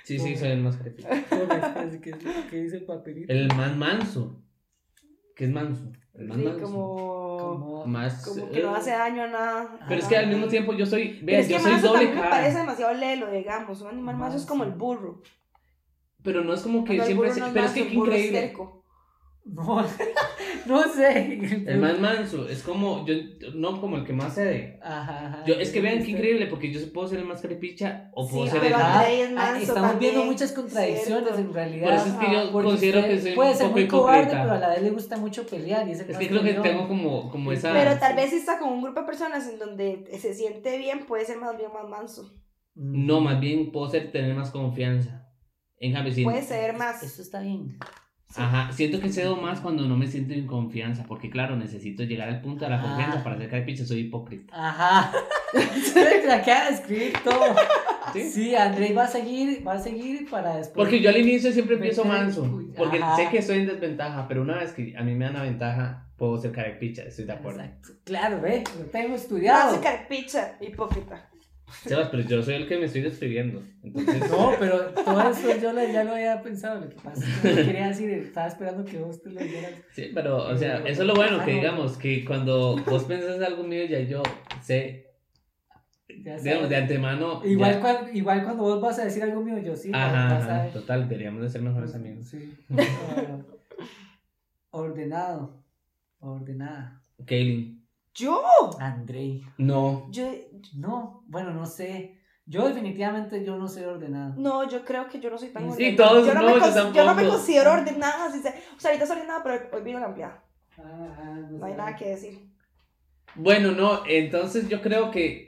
Sí, sí, soy el más carepicha. ¿Qué, qué dice el papelito? El más manso. ¿Qué es manso? El más Sí, manso. como. Como- Más, eh, Como que no hace daño a nada. Pero es Ajá. que al mismo tiempo yo soy. Pero Vean, es que yo soy manso doble también me parece cara. demasiado lelo, digamos. Un animal manso es como el burro. Pero no es como que Cuando el siempre. burro se- no es pero es manso, que qué el burro es increíble. terco. No, no sé. el más manso. Es como. Yo, no como el que más cede. Ajá, ajá. Yo, es que vean qué increíble, porque yo puedo ser el más carepicha o puedo Sí, ser el pero más. Andrei es Ah, manso estamos viendo también, muchas contradicciones cierto. en realidad. Por eso es que yo Porque considero usted que soy puede un ser poco muy cobarde, hipócrita. pero a la vez le gusta mucho pelear. Y es, el Es más que creo que peleón. tengo como, como esa. Pero tal vez si está con un grupo de personas en donde se siente bien, puede ser más bien más manso. Mm. No, más bien puedo ser- tener más confianza. En cambio, sí. Puede ser más. Eso está bien. Ajá, siento que cedo más cuando no me siento en confianza, porque claro, necesito llegar al punto de la Ah. confianza para ser carepicha, soy hipócrita. Ajá. Se la acaba de escribir todo. ¿Sí? Sí, Andrés va a seguir, va a seguir para después. Porque yo al inicio siempre empiezo Vete, manso, uy, porque ajá. sé que estoy en desventaja, pero una vez que a mí me dan la ventaja, puedo ser carepicha, estoy de acuerdo. Exacto. Claro, ve, lo tengo estudiado. Manso carpicha, hipócrita. Sebas, pero yo soy el que me estoy describiendo. Entonces, No, pero todo eso yo lo- ya lo había pensado. Lo que pasa es que no quería decir, estaba esperando que vos te lo dieras. sí, pero, o sea, eso es lo bueno, que digamos, que cuando vos pensás algo mío, ya yo sé, Ya digamos, sabes. de antemano. ya- Igual, cuando, igual cuando vos vas a decir algo mío, yo sí. Ajá, ya ajá, sabes. total, deberíamos de ser mejores amigos. Sí. Bueno, Ordenado. Ordenada. Kaylin, Yo, Andrei. No. yo, No, bueno, no sé. Yo definitivamente yo no soy ordenado. no, yo creo que yo no soy tan Sí, ordenada. todos yo no, no, me yo cons- yo no me tampoco. considero ordenada. así sea- o sea, ahorita soy ordenada, pero hoy vino la ampliada. Ah, ah, no No hay sé. nada que decir. Bueno, no, entonces yo creo que.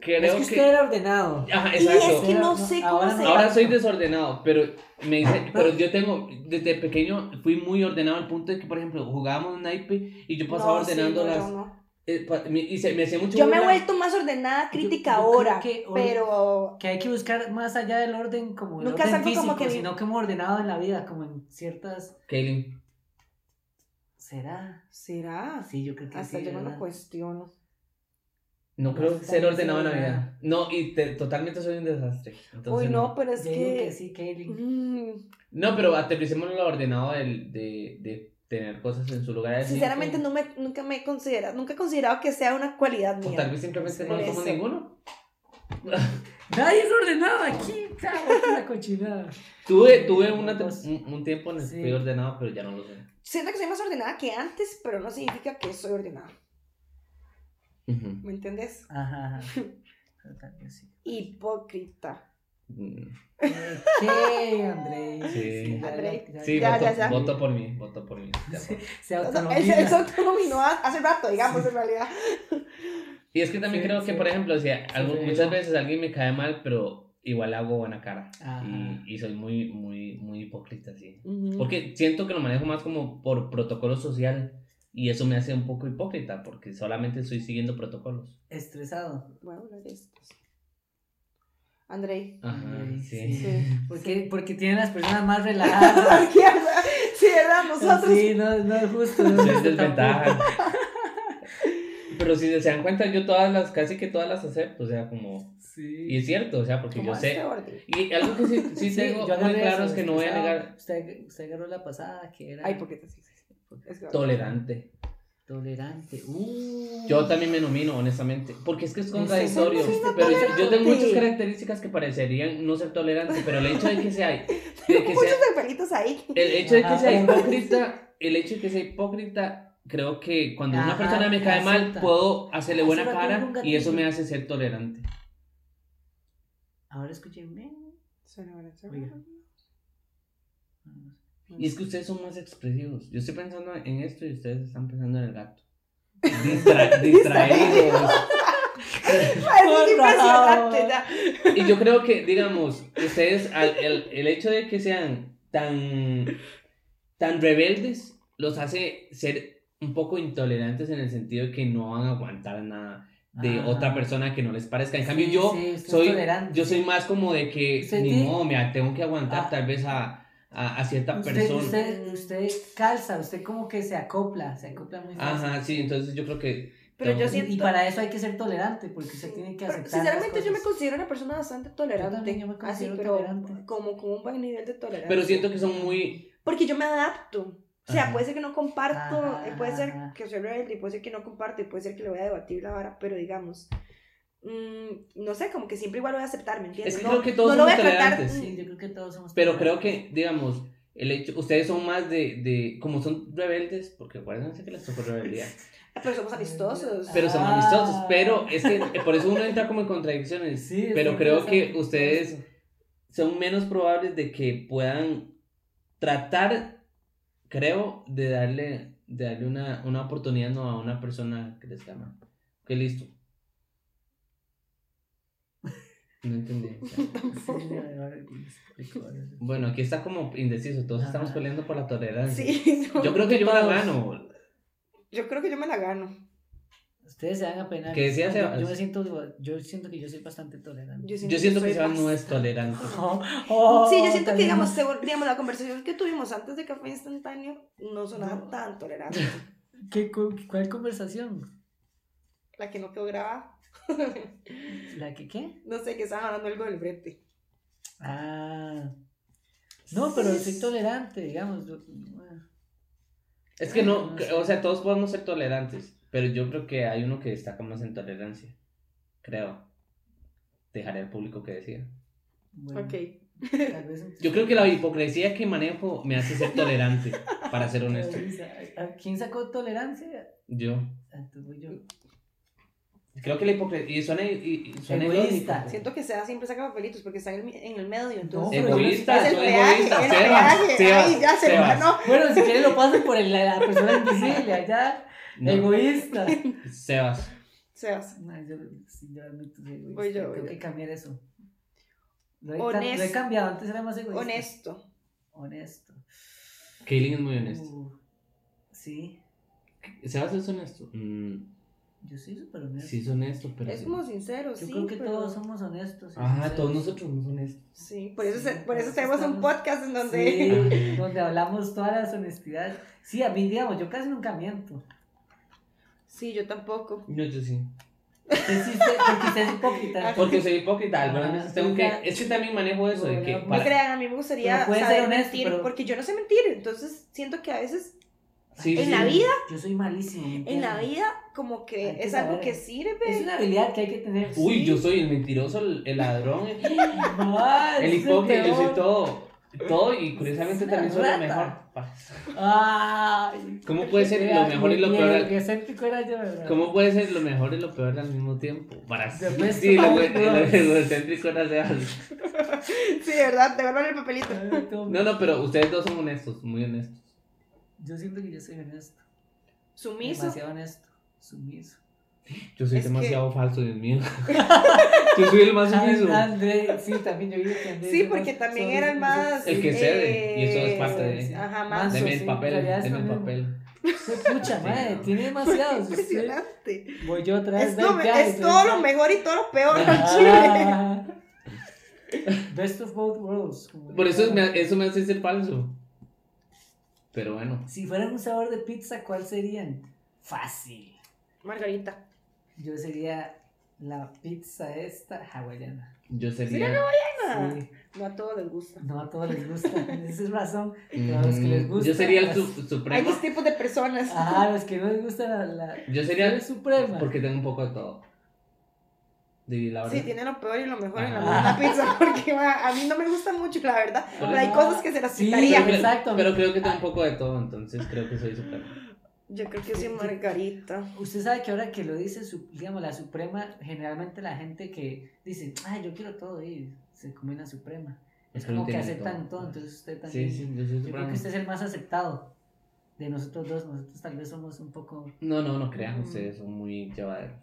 Creo Es que usted era ordenado. Ajá, Y exacto. es que no sé cómo Ahora- se Ahora soy desordenado, pero me dice, pero yo tengo, desde pequeño fui muy ordenado al punto de que, por ejemplo, jugábamos naipe y yo pasaba No, sí, ordenando no, yo las... no. eh, pa- me- y se, me hacía mucho Yo me he burla. vuelto más ordenada Yo- crítica yo creo ahora, que hoy- pero Que hay que buscar más allá del orden como el Nunca orden saco físico, como que- sino como ordenado en la vida, como en ciertas... Kaylin, ¿Será? ¿será? Sí, yo creo que Hasta sí, yo no lo ¿verdad? cuestiono. no creo Bastante ser ordenado en la desordenado. vida. No, y te- totalmente soy un desastre. Entonces, Uy, no, pero es Yo digo que... que sí, Kaylin. Mm, No, pero aterricemos lo ordenado del- de, de tener cosas en su lugar. así sinceramente que- no me, nunca me he considerado, nunca he considerado que sea una cualidad O pues, tal mía. vez simplemente no Por somos eso. ninguno. Nadie es ordenado aquí, cabrón, la cochinada. Tuve, tuve una, Dos. un, un tiempo en el que Sí. fui ordenado, pero ya no lo soy. Siento que soy más ordenada que antes, pero no significa que soy ordenada. Ujú. ¿Me entendés? Ajá, ajá. Total que sí. Hipócrita. Mm. Ok, Andrei. Sí. ya- Andrei. ya- Sí, Ya, voto, ya, ya. voto por mí, voto por mí. ya fue. Se O sea, autonomiza. él, él se autonominó a- hace rato, digamos, en realidad. Y es que también Sí, creo que, sí. por ejemplo, o sea, Sí, algo- sí, muchas no. veces alguien me cae mal, pero igual hago buena cara. Ajá. Y, y soy muy, muy, muy hipócrita, sí. Porque siento que lo manejo más como por protocolo social y eso me hace un poco hipócrita porque solamente estoy siguiendo protocolos. Estresado. Voy a hablar de estos. Andrei. Ajá, Ay, sí. sí. Porque, porque tienen las personas más relajadas. sí, ¿verdad? Nosotros. Sí, no, no es justo. No Soy es justo tampoco. desventaja. Pero si se dan cuenta, yo todas las, casi que todas las acepto, o sea, como... Y Sí. es cierto, o sea, porque como yo sé... este orden. Y algo que sí, sí, tengo yo muy agarré claro eso, es que no voy a estresado. negar Usted, usted agarró la pasada que era Ah, hipócrita, sí, sí, sí. Es que- tolerante. tolerante. Uh. Yo también me nomino, honestamente, porque es que Pues es contradictorio. Eso es una pero yo- yo, tengo muchas tolerante. características que parecerían no ser tolerante, pero el hecho de que sea, de que sea Muchos pelitos ahí. el hecho de que Ajá. sea hipócrita, el hecho de que sea hipócrita, creo que cuando una Ajá, persona me cae mal acepta. puedo hacerle buena Hace rato cara nunca y te- eso me hace ser tolerante. Ahora escúchenme. Suena, bueno, suena. Oiga. Y es que ustedes son más expresivos. Yo estoy pensando en esto y ustedes están pensando en el gato. Distra- distraídos. Es impresionante, ya. Y yo creo que, digamos, ustedes, al- el, el hecho de que sean tan, tan rebeldes, los hace ser un poco intolerantes en el sentido de que no van a aguantar nada de Ajá. otra persona que no les parezca. En Ah. Sí, cambio, yo, sí, usted es soy, tolerante. yo soy más como de que, Usted ni tiene- modo, mira, tengo que aguantar Ah. tal vez a, a, a cierta Usted, persona. usted, usted calza, usted como que se acopla, se acopla muy fácil. Ajá, sí, entonces yo creo que... Pero yo tengo- Y- Y, siento- para eso hay que ser tolerante, porque usted Sí, tiene que pero aceptar. sinceramente las yo me cosas. considero una persona bastante tolerante. Yo también, yo me considero así, pero tolerante. como con un buen nivel de tolerancia. Pero siento que son muy... Porque yo me adapto. O sea, Ajá. puede ser que no comparto, Ajá, eh, puede ser ajá. que soy rebelde, y puede ser que no comparto, y puede ser que le voy a debatir la vara, pero digamos, mm, no sé, como que siempre igual voy a aceptar, ¿me entiendes? Es que no, creo que todos no lo voy somos a tratar. tolerantes. Sí, yo creo que todos somos Pero creo tolerantes. que, digamos, el hecho, ustedes son más de, de como son rebeldes, porque acuérdense que les tocó rebeldía, Ah, Pero somos amistosos. pero son Ah. amistosos, pero es que eh, por eso uno entra como en contradicciones. Sí, es pero muy creo que interesante. ustedes- Son menos probables de que puedan tratar, creo, de darle, de darle una, una oportunidad no a una persona que les llama. Que listo. No entendí. o sea. Sí, ahora me explico, ahora sí. Bueno, aquí está como indeciso, todos Ajá. estamos peleando por la tolerancia. Sí, no, Yo creo que yo me la gano. yo creo que yo me la gano. Ustedes se van a penar. Que decía yo, Sebas. yo me siento, yo siento que yo soy bastante tolerante. Yo siento soy que Seba no es bastante- tolerante. Oh, oh, Sí, yo siento que, también. digamos, según- digamos, la conversación que tuvimos antes de Café Instantáneo no sonaba No. tan tolerante. ¿Qué, cu- ¿Cuál conversación? La que no quedó grabada, ¿La que qué? no sé, que estaban hablando algo del brete. Ah. No, pero soy tolerante, digamos. yo- Es que no, que- o sea, todos podemos ser tolerantes, pero yo creo que hay uno que destaca más en tolerancia. Creo. Dejaré al público que decida. Bueno, ok. Tal vez un- Yo creo que la hipocresía que manejo me hace ser tolerante, para ser honesto. ¿A quién sacó tolerancia? Yo. A tu yo. Creo que la hipocresía. Y suena, y, y suena Egoísta. irónico. pues. Siento que Seba siempre saca papelitos porque está en el, mi- en el medio, No, entonces... pero- Egoísta, es el soy peaje, egoísta. el Sebas, peaje. Sebas, Ay, ya se Sebas. ganó. Bueno, si quieres lo pasen por el- la, la persona invisible allá. No, Egoísta. Sebas. Sebas. No, yo, sí, yo admito soy egoísta. Voy yo, voy Tengo yo. que cambiar eso. Lo he, Honesto. lo he cambiado, antes era más egoísta. Honesto. Honesto. Kaylin es muy honesto. Uh, sí, ¿Sebas es honesto? Mm, yo soy súper honesto. sí, es honesto, pero. Es sí. como sincero, Yo Pues sí. creo que pero- todos somos honestos. y Ajá, sinceros. todos nosotros somos honestos. Sí, por eso, Sí, se- por eso todos tenemos un estamos- podcast en donde... Sí, donde hablamos todas las honestidades. Sí, a mí, digamos, yo casi nunca miento. Sí, yo tampoco. No, yo sí. Usted sí se- Porque usted es hipócrita. Porque soy hipócrita, algunas Ah, veces tengo que. nunca- Es que también manejo eso de que. No No para- crean, a mí me gustaría Pero puede saber ser honesto, mentir, pero- porque yo no sé mentir, entonces siento que a veces Sí, en sí. la vida- Yo soy malísimo. mintiendo. en la vida como que Hay que es algo saber. que sirve. Es una habilidad que hay que tener. Uy, Sí. yo soy el mentiroso, el, el ladrón, el, No, el es hipócrita, yo soy peor. todo. Todo y curiosamente Es también soy una lo mejor. rata. Ay, ¿Cómo puede ser lo mejor y lo peor al- El escéptico era yo, ¿verdad? ¿Cómo puede ser lo mejor y lo peor al mismo tiempo? Para sí, Después lo, todo buen- peor. lo- lo egocéntrico era Sebas. Sí, de verdad, te vuelvan el papelito. Ay, tú- No, no, pero ustedes dos son honestos, muy honestos. Yo siento que yo soy honesto. Sumiso. Demasiado honesto. Sumiso. Yo soy Es que- demasiado falso, Dios mío. yo soy el más Ah, sumiso. André, sí, también yo vi que André Sí, es porque más- también soy- era el más... El que cede, y eso es eh, parte de- Ajá, más... Manso, Deme el sí, papel, en realidad es deme el lo mismo. papel. Pucha Sí, madre, no. tiene demasiados. usted- Impresionante. Voy yo otra vez. Es, lo- ven, ya, es ven, todo ya. lo mejor y todo lo peor al chile. Ah. Best of both worlds. como Por eso diría. me, eso me hace ser falso. Pero bueno. Si fueran un sabor de pizza, ¿cuál serían? Fácil. Margarita. Yo sería la pizza esta hawaiana. Yo sería. Ah, Sí, No a todos les gusta. no a todos les gusta. Esa es razón. Mm, Claro, es que les gusta. Yo sería el Las- su- Hay supremo. dos tipos de personas. Ah, los que no les gusta la, la Yo sería la el suprema. Porque tengo un poco de todo. Sí, la Sí, verdad. tiene lo peor y lo mejor en la Ajá. misma pizza, porque ma, a mí no me gusta mucho, la verdad. Pero hay Ah, cosas que se las sí, quitaría. pero- Exacto. Ah. Pero creo que tengo un poco de todo, entonces creo que soy supremo. Yo creo que soy Margarita. Usted sabe que ahora que lo dice, su- digamos, la suprema, generalmente la gente que dice, ah, yo quiero todo y se come una suprema. Es Pero como que tiene aceptan todo, entonces usted Sí, también. sí, yo soy Yo creo supremo. que usted es el más aceptado de nosotros dos. Nosotros tal vez somos un poco. No, no, no crean, Mm. ustedes son muy llevaderos.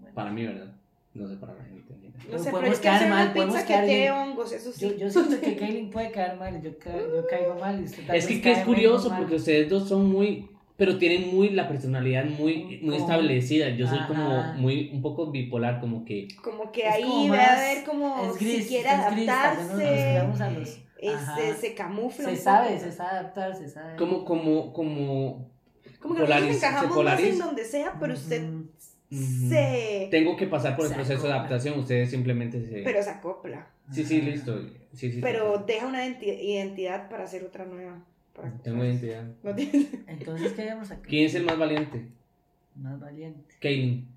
bueno, Para mí, ¿verdad? No sé para la gente. mira. No sé, pero podemos es que quedar hacer mal, una podemos pizza que quedar tiene bien. hongos, eso yo, sí. yo siento que Kaylin puede caer mal, yo, ca- yo caigo mal y usted tal Es vez que, que es cae curioso menos mal. porque ustedes dos son muy. Pero tienen muy la personalidad muy, muy Como- establecida. Yo soy como Ajá. muy un poco bipolar, como que. Como que es ahí como ve a más- ver cómo es gris, si quiere es gris, tal vez nos- nos adaptarse, quedamos a los- ajá. este, se camufla. Se un sabe, poco. se sabe adaptar, se sabe. Como, como, como. Como que nosotros polariz- se encajamos más en polariza. donde sea, pero usted Ujú. Ujú. se. Tengo que pasar por el Se proceso de acopla. adaptación, ustedes simplemente se... Pero se acopla. Sí, sí, listo. Sí, sí, Pero sí. deja una identi- identidad para hacer otra nueva. Para- Tengo identidad. No tiene- Entonces, ¿qué hayamos aquí? ¿Quién es el más valiente? Más valiente. Kaylin.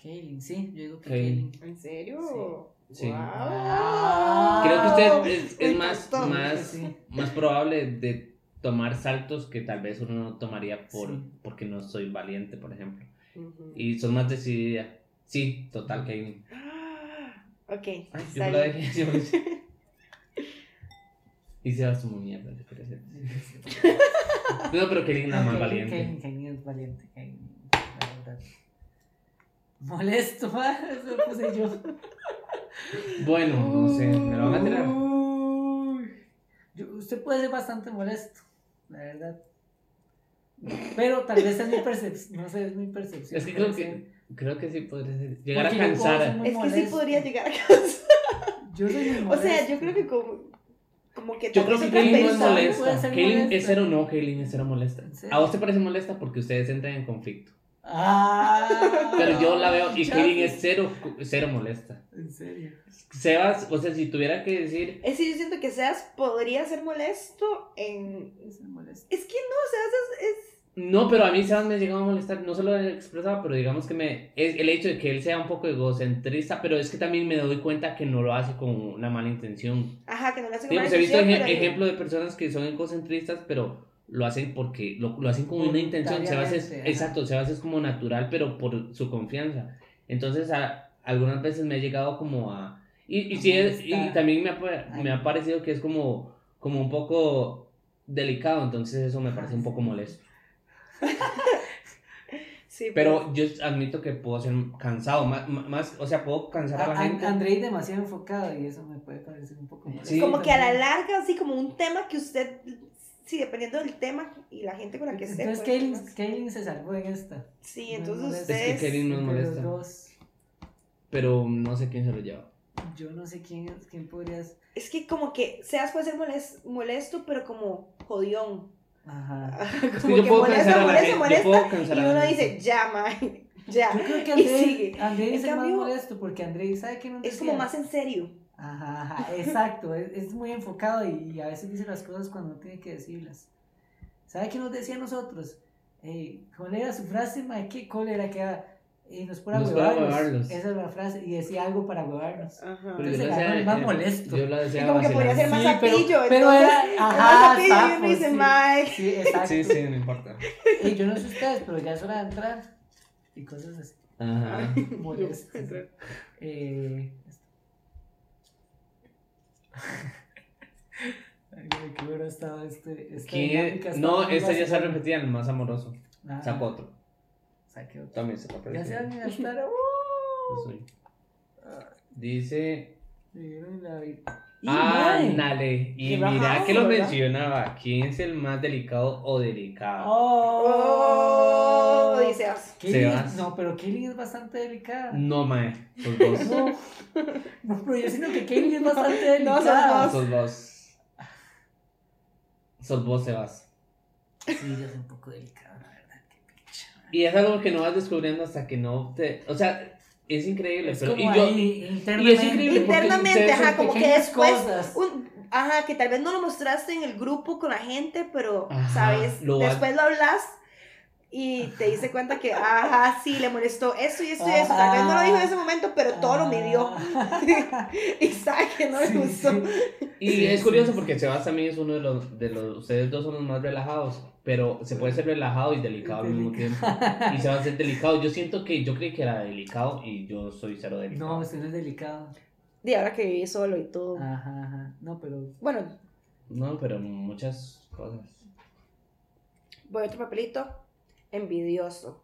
Kaylin, sí, yo digo que Kaylin. Kaylin. ¿En serio? Sí. Ah. Guau. Creo que usted es, es Me más, encantó. más, Sí. más probable de tomar saltos que tal vez uno no tomaría por, Sí. porque no soy valiente, por ejemplo. Ujú. Y son más decidida. Sí, total, Kaylin. Ah, Ok. Ay, yo está me la bien. dejé. yo me la- Y se va su muñeca, yo creo. No, pero Kaylin es la más Kaylin, valiente. Kaylin, Kaylin es valiente, Kaylin, la verdad. Molesto, ma, eso puse yo. Bueno, no Uh, sé, me lo van a tirar. Uy. Yo- usted puede ser bastante molesto, la verdad. Pero tal vez es mi percepción, no sé, es mi percepción. Es que creo puede que, ser. creo que sí podría ser. Llegar a Porque yo puedo ser cansar. Es muy que sí molesto. podría llegar a casa. Yo soy muy O sea, yo molesto. creo que como, como que Yo tal creo vez que otras Kaylin no es personas- molesta. puede molesta. ser Kaylin es molesta. cero, no, Kaylin es cero molesta. ¿En serio? A vos te parece molesta porque ustedes entran en conflicto. Ah, Pero yo la veo y ya Kaylin sé. es cero, cero molesta. En serio. Sebas, o sea, si tuviera que decir. Es que yo siento que Seas podría ser molesto en... Es molesto. Es que no, Seas es... es- No, pero a mí Sebas me llegaba a molestar, no se lo expresaba, pero digamos que me es el hecho de que él sea un poco egocentrista, pero es que también me doy cuenta que no lo hace con una mala intención. Ajá, que no le hacen Digamos, mala he visto intención, ejem- pero- ejemplos de personas que son egocentristas, pero lo hacen porque lo, lo hacen con una intención. Sebas es, Voluntariamente, ajá. exacto, Sebas es como natural, pero por su confianza. Entonces, a- algunas veces me ha llegado como a. Y, y, A sí es- y molestar. también me ha, pa- Ay. me ha parecido que es como, como un poco delicado, entonces eso me parece un poco molesto. Sí, pues, Pero yo admito que puedo ser cansado, más, más o sea, puedo cansar a la Ah, A- gente. a- Andrei demasiado enfocado y eso me puede parecer un poco molesto Sí. como que a la también. larga, así como un tema que usted, sí, dependiendo del tema y la gente con la que esté. Entonces puede Kaylin, ser más. Kaylin se salvó en esta. Sí, no entonces molesta. Es que ustedes... Kaylin- Sí, nos Entre molesta. los dos. Pero no sé quién se lo lleva. Yo no sé quién, quién podrías. Es que como que Seas puede ser moles- molesto, pero como jodión. Ajá. Es Como que que yo puedo molesta, cansar a la molesta, gente. molesta, yo puedo cansar Y a la uno gente. dice, ya, mae, ya. Yo creo que Ah, Y Andrei, sigue. Andrei es En el más cambio- molesto porque Andrei sabe que no Es como más en serio. Ajá, ajá, exacto, es, es muy enfocado y, y a veces dice las cosas cuando no tiene que decirlas. ¿Sabe qué nos decía a nosotros? Eh, ¿Cuál era su frase, mae? ¿Qué cólera que era? Eh, nos para Nos para huevarnos. huevarnos. Esa es la frase, y decía algo para huevarnos. Ajá. Pero yo Entonces, la el hacía- árbol más yo- molesto. Yo la decía como que podría ser Ah, más vacilar. sapillo, pero entonces, era, más ajá, sapillo y uno sapo, dice, sí. mae. Sí, exacto. Sí, sí, no importa. Y yo no sé ustedes, pero ya es hora de entrar y cosas así. Ajá. Molestas. Eh, Ay, güey, qué bueno ha estado este. esta ¿Quién? dinámica, está No, muy esta ya se vacilona. repetía en el más amoroso. Ah, Sacó otro. saqué otro. También se lo Ya se van perdió. a gastar. ¡uh! Dice Me dieron la vida. Ah, ¡Y madre! Ándale. Y Qué bajado, mira que lo ¿verdad? mencionaba. ¿Quién es el más delicado o delicada? ¡Oh! Oh, dice Sebas. Kelly es- Sebas. no, pero Kelly es bastante delicada. No, mae. Los dos. No, no, pero yo siento que Kelly es bastante No, delicada. sos Sos vos. Sos vos, Sebas. Sí, yo soy un poco delicada, la verdad. Qué picha. Y es algo que no vas descubriendo hasta que no te. O sea, es increíble. Es pero, como y yo- ahí, y internamente. es increíble porque Internamente, ustedes son ajá, como que pequeñas después cosas. Un- ajá, que tal vez no lo mostraste en el grupo con la gente, pero, Ajá, ¿sabes? lo vas- Después lo hablas y te diste cuenta que, ajá, sí, le molestó esto y esto y eso. Tal vez no lo dijo en ese momento, pero todo lo midió. y sabe que no le Ah. Sí, gustó. sí. y Sí, es sí, curioso sí. porque Sebas también es uno de los, de los. Ustedes dos son los más relajados. Pero se puede ser relajado y delicado al mismo tiempo. Y Sebas es delicado. Yo siento que yo creí que era delicado y yo soy cero delicado. No, usted no es delicado. Y ahora que viví solo y todo. Ajá, ajá. No, pero. Bueno, No, pero muchas cosas. voy a otro papelito. Envidioso.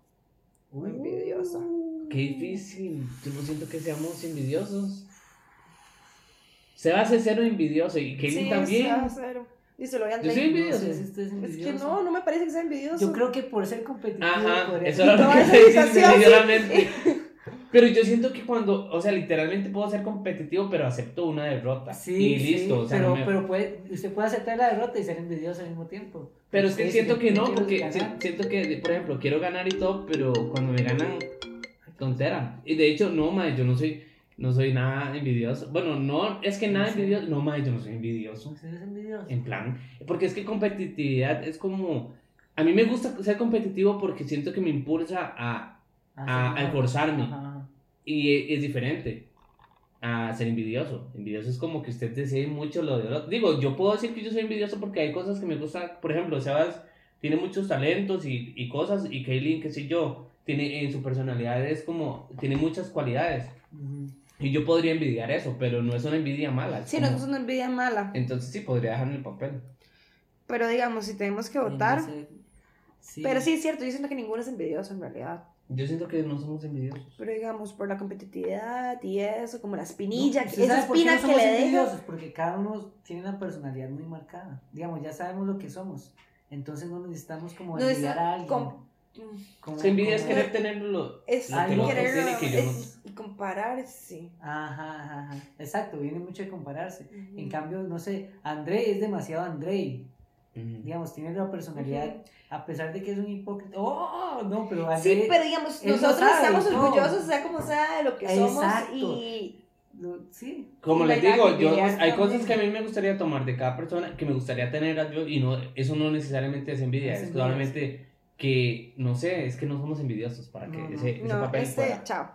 Uh. Uy, Envidiosa. Qué difícil. Yo no siento que seamos envidiosos. Sebas es cero envidioso y Kaylin Sí, también. está cero. Dice, lo voy a Yo soy leer. No envidioso. sé si usted es Es envidioso. que no, no me parece que sea envidioso. Yo creo que por ser competitivo. Ajá, por eso era lo Toda que esa te dices situación, sí. sinceramente. Eh, Pero yo siento que cuando, o sea, literalmente puedo ser competitivo, pero acepto una derrota. Sí, y sí, listo. o sea, pero, pues, no me- pero, pero puede, usted puede aceptar la derrota y ser envidioso al mismo tiempo. es que Usted siento dice, que no, quiero porque ganar. si- siento que, por ejemplo, quiero ganar y todo, pero cuando me ganan, tontera. Y de hecho, no, madre, yo no soy, no soy nada envidioso. Bueno, no, es que nada Sí. envidioso. No, madre, yo no soy envidioso. Usted es envidioso. En plan, porque es que competitividad es como... A mí me gusta ser competitivo porque siento que me impulsa a, Ah, sí, a no. esforzarme. Ajá. Y e- es diferente a ser envidioso. Envidioso es como que usted decide mucho lo de otro. Digo, yo puedo decir que yo soy envidioso porque hay cosas que me gustan. Por ejemplo, Sebas tiene muchos talentos y, y cosas. Y Kaylin, qué sé yo, tiene en su personalidad es como... Tiene muchas cualidades. Ujú. Y yo podría envidiar eso, pero no es una envidia mala. es Sí, no como- es una envidia mala. Entonces sí, podría dejarme el papel. Pero digamos, si tenemos que Y Eh, no votar. sé. Sí. Pero sí es cierto, yo siento que ninguno es envidioso en realidad. Yo siento que no somos envidiosos. Pero digamos, por la competitividad y eso, como la espinilla, No, que- ¿usted esa sabe por qué espina no que somos le deja. envidiosos? Porque cada uno tiene una personalidad muy marcada. Digamos, ya sabemos lo que somos. Entonces no necesitamos como No, envidiar a alguien. es com- mm, Como- Se envidia es como- querer tenerlo. es Lo que el otro querer- tiene que yo no- es compararse. Ajá, ajá, ajá. Exacto, viene mucho de compararse. Ujú. En cambio, no sé, André es demasiado André. Ujú. Digamos, tiene la personalidad, Ujú. a pesar de que es un hipócrita. ¡Oh! No, pero André. Sí, pero digamos, él lo nosotros sabe, estamos no. orgullosos, sea como sea, de lo que somos. Exacto. Y lo- sí. Como Y les la digo, yo, creatividad hay cosas que a también. mí me gustaría tomar de cada persona, que me gustaría tener yo, y no, eso no necesariamente es envidia, Es es envidia, solamente que, no sé, es que no somos envidiosos para que No, no. ese, ese No, papel este, fuera. chao.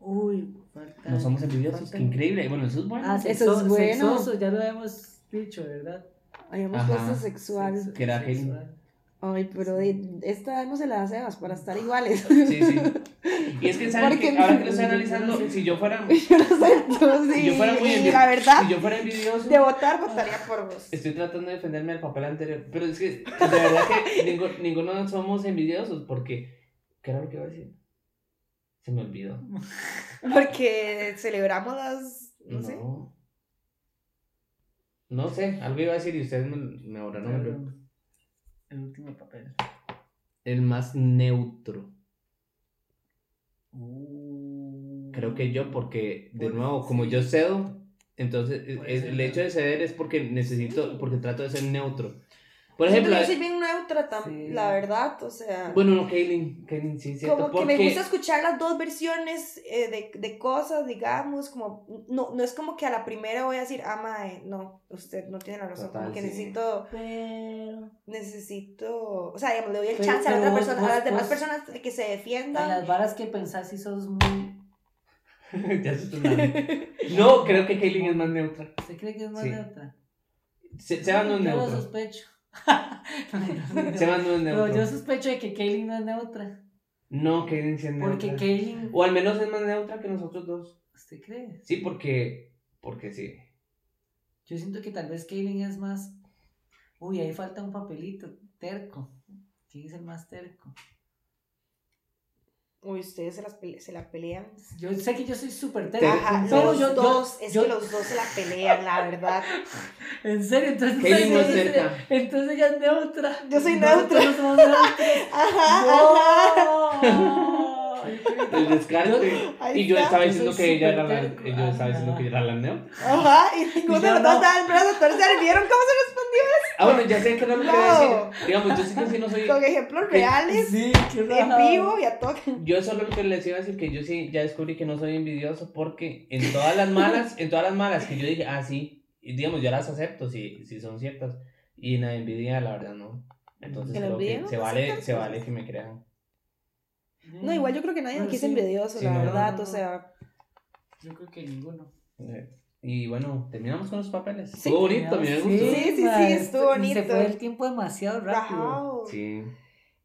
Uy, falta. No somos envidiosos, falta- qué increíble. Bueno, eso es bueno. Ah, Eso es sexo- bueno. sexoso, ya lo habíamos dicho, ¿verdad? Habíamos Ajá. puesto sexual. Sexo- Que era Helen. sexual. Ay, pero de, esta demos se la hacemos para estar iguales. Sí, sí. Y es que, ¿saben Porque qué? Ahora que no- lo estoy analizando, si yo fuera, Yo no sé tú, sí. Si yo fuera muy y envi- la verdad, si yo fuera envidioso, de votar, votaría por vos. estoy tratando de defenderme del papel anterior. Pero es que, de verdad que ningo- ninguno somos envidiosos porque, ¿qué era lo que iba a decir? Se me olvidó. Porque celebramos las. No, sé. No. No sé, algo iba a decir y ustedes me, me borraron el- Perdón. El último papel. El más neutro. Uh. Creo que yo, porque de Por- nuevo, como sí. yo cedo, entonces es- Puede es- ser, el ¿no? hecho de ceder es porque necesito, Sí. porque trato de ser neutro. Por Siento ejemplo, ah, que yo soy bien neutra, tam- Sí. la verdad, o sea. bueno, no, Kaylin, Kaylin, sí, cierto. como que porque, me gusta escuchar las dos versiones eh, de, de cosas, digamos, como no, no es como que a la primera voy a decir, ah, mae, no, usted no tiene la razón, Total, como que sí. necesito, Pero. necesito, o sea, digamos, le doy el Pero- chance a la pero otra vos- persona, vos- a las demás vos- personas que se A defiendan. las varas que pensás si sos muy. Ya se está No, creo que Kaylin es más neutra. ¿Se cree que es más Sí. neutra? Se, Seba no es Yo lo neutro. sospecho. No, no, no. Seba no es Pero yo neutro. sospecho de que Kaylin no es neutra. No, Kaylin sí es Porque neutra. Kaylin. O al menos es más neutra que nosotros dos. ¿Usted cree? Sí, porque, porque sí. Yo siento que tal vez Kaylin es más. Uy, ahí falta un papelito. Terco. ¿Quién es el más terco? Uy, ustedes se, las pele- se la pelean. Yo sé que yo soy súper terco. Pero- Ajá, pero los yo- dos, yo- es yo- que los dos se la pelean, la verdad. En serio, entonces. Kaylin no es entonces- cerca. Entonces ella es neutra. Yo soy No, neutra. todos somos neutros. Ajá, ajá. No. El descarte. Ahí Y yo está. estaba Yo diciendo soy que ella era súper la, terco. y yo estaba diciendo Ajá. que ella era la neutra. Ajá, y ninguno de yo los dos no. daba el brazo a torcer, ¿vieron cómo se Ah, bueno, ya sé que no lo quería No. decir. Digamos, yo sí que sí no soy. los... Con ejemplos reales, Sí, qué en raro. vivo y a toque. Yo solo lo que les iba a decir que yo sí ya descubrí que no soy envidioso porque en todas las malas, en todas las malas que yo dije, ah, sí, y digamos, yo las acepto si, si son ciertas. Y en la envidia, la verdad, no. Entonces ¿Que la creo envidia que no se te vale, aceptas? se vale que me crean. No, igual yo creo que nadie Bueno, aquí es sí. envidioso, Sí, la no. verdad, o sea... Yo creo que ninguno. Y bueno, terminamos con los papeles. Sí. Estuvo bonito, me gustó. Sí. ma, sí, esto- estuvo y Se bonito. fue el tiempo demasiado rápido. Rajao. Sí.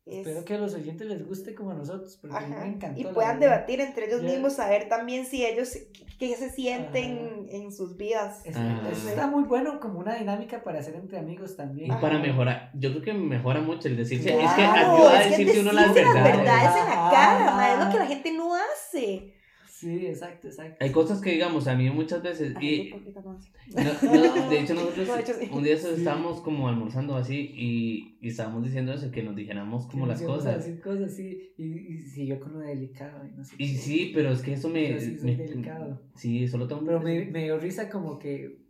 Es- Espero que a los oyentes les guste como a nosotros, porque a mí Ajá, me encantó. Y la puedan verdad. debatir entre ellos Ya. mismos, saber también si ellos, qué- qué se sienten Ajá. en sus vidas. Es- Ah. eso está muy bueno como una dinámica para hacer entre amigos Y también. Ajá. para mejorar, yo creo que mejora mucho el decirse, Claro, es que ayuda ayuda a es que decirse uno las decirse verdades. las verdades en la Ajá. cara, ma, es lo que la gente no hace. Sí, exacto, exacto. Hay cosas que digamos a mí muchas veces La gente y hipócrita no hace. no- no, de hecho nosotros No, de hecho, sí. un día eso Sí. estábamos como almorzando así y, y estábamos diciendo eso que nos dijéramos como Que las nos íbamos a cosas. decir cosas, sí. Y, y siguió con lo delicado y no sé Y qué. sí, pero es que eso me, Pero sí, soy me- delicado. sí, solo tengo Pero me, me dio risa como que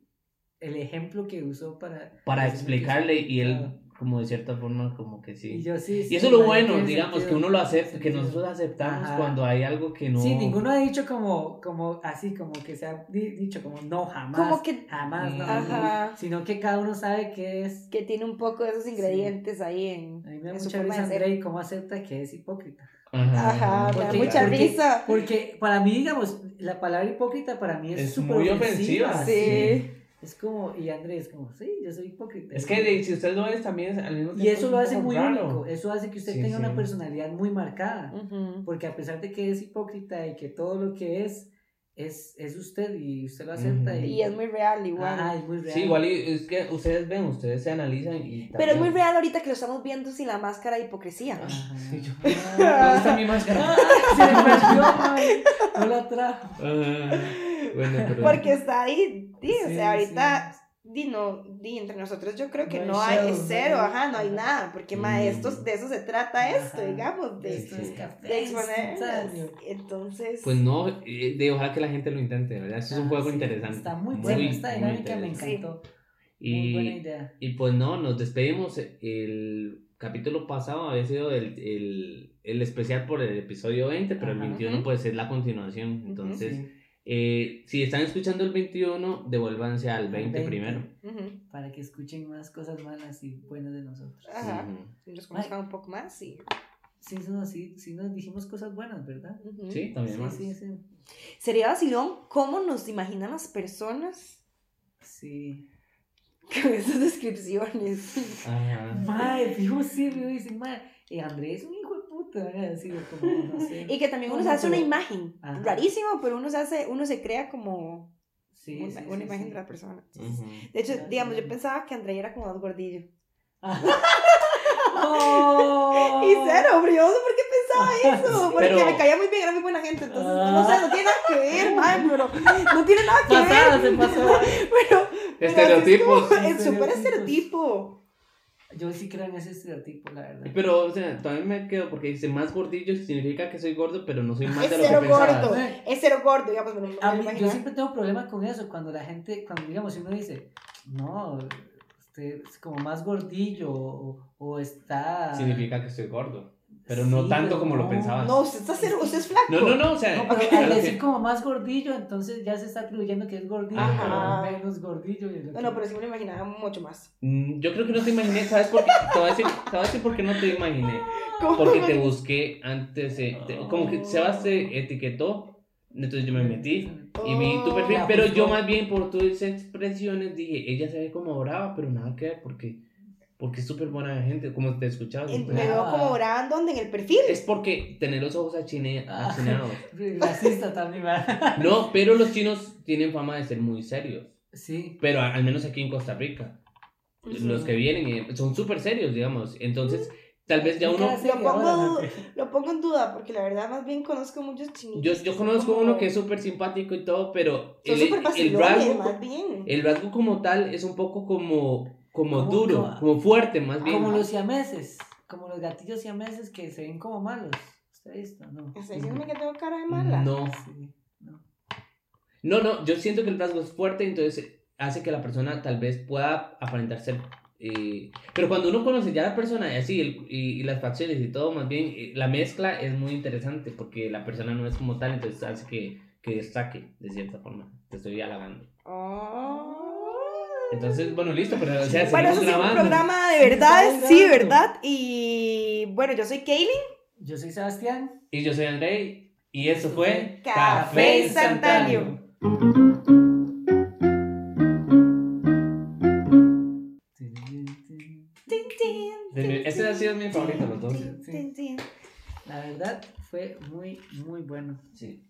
el ejemplo que usó para... para decir que es explicarle y él delicado. como de cierta forma como que sí. Y yo sí. Y eso es lo bueno, tiene digamos, que sentido, uno lo tiene acepta, que sentido. nosotros aceptamos Ajá. cuando hay algo que no Sí, ninguno ha dicho como, como así, como que se ha di- dicho como no, jamás. Como que, Jamás, no, Ajá. no, Sino que cada uno sabe qué es. que tiene un poco de esos Sí. ingredientes ahí A en, mí me da en su mucha forma risa, de ser. Andrei, cómo acepta que es hipócrita. Ajá, me da Ah, Porque- mucha porque- risa. Porque para mí, digamos, la palabra hipócrita para mí es Es súper muy ofensiva, ofensiva. Sí. Es como, y Andrés es como, sí, yo soy hipócrita. Es que de- si ustedes lo ven también es al mismo tiempo Y eso es lo un hace poco muy raro. único. Eso hace que usted Sí, tenga sí. Mm. una personalidad muy marcada. Ujú. Porque a pesar de que es hipócrita y que todo lo que es, es, es usted y usted lo acepta. Ujú. Y es muy real igual. Ajá, es muy real. Sí, igual y- es que ustedes ven, ustedes se analizan y Pero es muy también- real ahorita que lo estamos viendo sin la máscara de hipocresía. Ajá. Sí, yo- Ah, ¿Dónde está mi máscara? se me perdió, mae. No la trajo. Ah, bueno, pero... Porque está ahí, sí, o Sí, sea, ahorita, di, no, di, entre nosotros yo creo que No hay no, hay, show, es no cero, hay- ajá, no hay ajá. nada, porque ma, de estos- de eso se trata esto, Ajá. digamos, de, Esto es café. de exponer. instantáneo. Entonces, Pues no, eh, de ojalá que la gente lo intente, ¿verdad? Esto es un Ah, juego sí. interesante. Está muy, bueno bueno, esta dinámica me encantó. Muy buena Y, idea. y pues no, nos despedimos. El capítulo pasado había sido el, el, el especial por el episodio 20, pero Ajá. el 21 Ujú. pues es la continuación. Entonces, Sí. Eh, si están escuchando el 21, devuélvanse al 20, 20. primero. Ujú. para que escuchen más cosas malas y buenas de nosotros. Ajá. Ujú. Y Nos conozcan un poco más y... Sí, eso nos- sí, sí nos dijimos cosas buenas, ¿verdad? ujú. Sí, también Sí, más. sí, sí. Sería vacilón cómo nos imaginan las personas Sí. con esas descripciones. Ajá. Mae, fijo, sí, fijo, dice, mae, eh, Andrés es un hijo de puta, van a decir, como, no sé. Y que también uno No, se no, hace una pero- imagen. Ajá. Rarísimo, pero uno se hace, uno se crea como Sí, una, sí, una sí, imagen sí. de la persona. Entonces, Ujú. De hecho, Claro, digamos, yo claro. pensaba que Andrea era como más gordillo. ¡Oh! Y cero, pero yo no sé por qué pensaba eso. Porque Pero- me caía muy bien, era muy buena gente. Entonces, no sé, no tiene nada que ver, mae, pero no tiene nada que Pasada, se ver. pasó. Pero, pero así es como- Estereotipos. Es súper Estereotipos. estereotipo. Yo sí creo en ese estereotipo, la verdad. Pero, o sea, también me quedo porque dice más gordillo significa que soy gordo, pero no soy más Es de lo que cero pensaba. gordo. Es cero gordo, digamos, me lo, me lo A mí, yo imaginaba. siempre tengo problema con eso, cuando la gente, cuando digamos, si uno dice, no, usted es como más gordillo o, o está... Significa que soy gordo, pero no Sí, tanto pero como lo no. pensaba. No, usted está cero, usted es flaco. No, no, no, o sea, No, pero a al lo que- decir como más gordillo, entonces ya se está atribuyendo que es gordillo, Ajá. pero menos gordillo. y es lo No, no, que- pero sí me lo imaginaba mucho más. Mm, yo creo que no te imaginé, ¿sabes por qué? Te voy a decir, te voy a decir por qué no te imaginé. ¿Cómo Porque me- te busqué antes, eh, te- como que Sebas se etiquetó, entonces yo me metí y vi tu perfil, Oh. pero yo más bien por tus expresiones dije, ella se ve como brava, pero nada que ver porque, porque es súper buena gente, como te escuchaba. en- súper- Me veo como brava en donde en el perfil. Es porque tener los ojos achine- Ah. achinados. Racista también, ¿verdad? No, pero los chinos tienen fama de ser muy serios. Sí. Pero a- al menos aquí en Costa Rica, los que vienen eh, son súper serios, digamos. Entonces, tal vez Pues ya uno... Lo pongo, lo pongo en duda porque la verdad más bien conozco muchos chinitos. Yo, yo conozco uno que es son súper simpático y todo, pero el, el, Eh, el, vacilones, más rasgo, bien. el rasgo como tal es un poco como, como Como- duro, como- como fuerte más bien. Como los siameses, como los gatillos siameses que se ven como malos. ¿Está visto? No. ¿Estás diciéndome que tengo cara de mala? mm, No, Sí, no. no, no, yo siento que el rasgo es fuerte, entonces hace que la persona tal vez pueda aparentar ser... eh, pero cuando uno conoce ya a la persona y así, el- y, y las facciones y todo, más bien, eh, la mezcla es muy interesante porque la persona no es como tal, entonces hace que, que destaque de cierta forma. Te estoy halagando. Oh. Entonces, bueno, listo, pero o sea, Bueno, eso sí fue seguimos un grabando. programa de Sí, verdad, estamos sí, grabando. verdad. Y bueno, yo soy Kaylin. Yo soy Sebastián. Y yo soy Andrei. Y eso fue Café Instantáneo. De mi- Ese ha sido mi favorito, los dos. Tin, tin, tin. La verdad fue muy, muy bueno. Sí.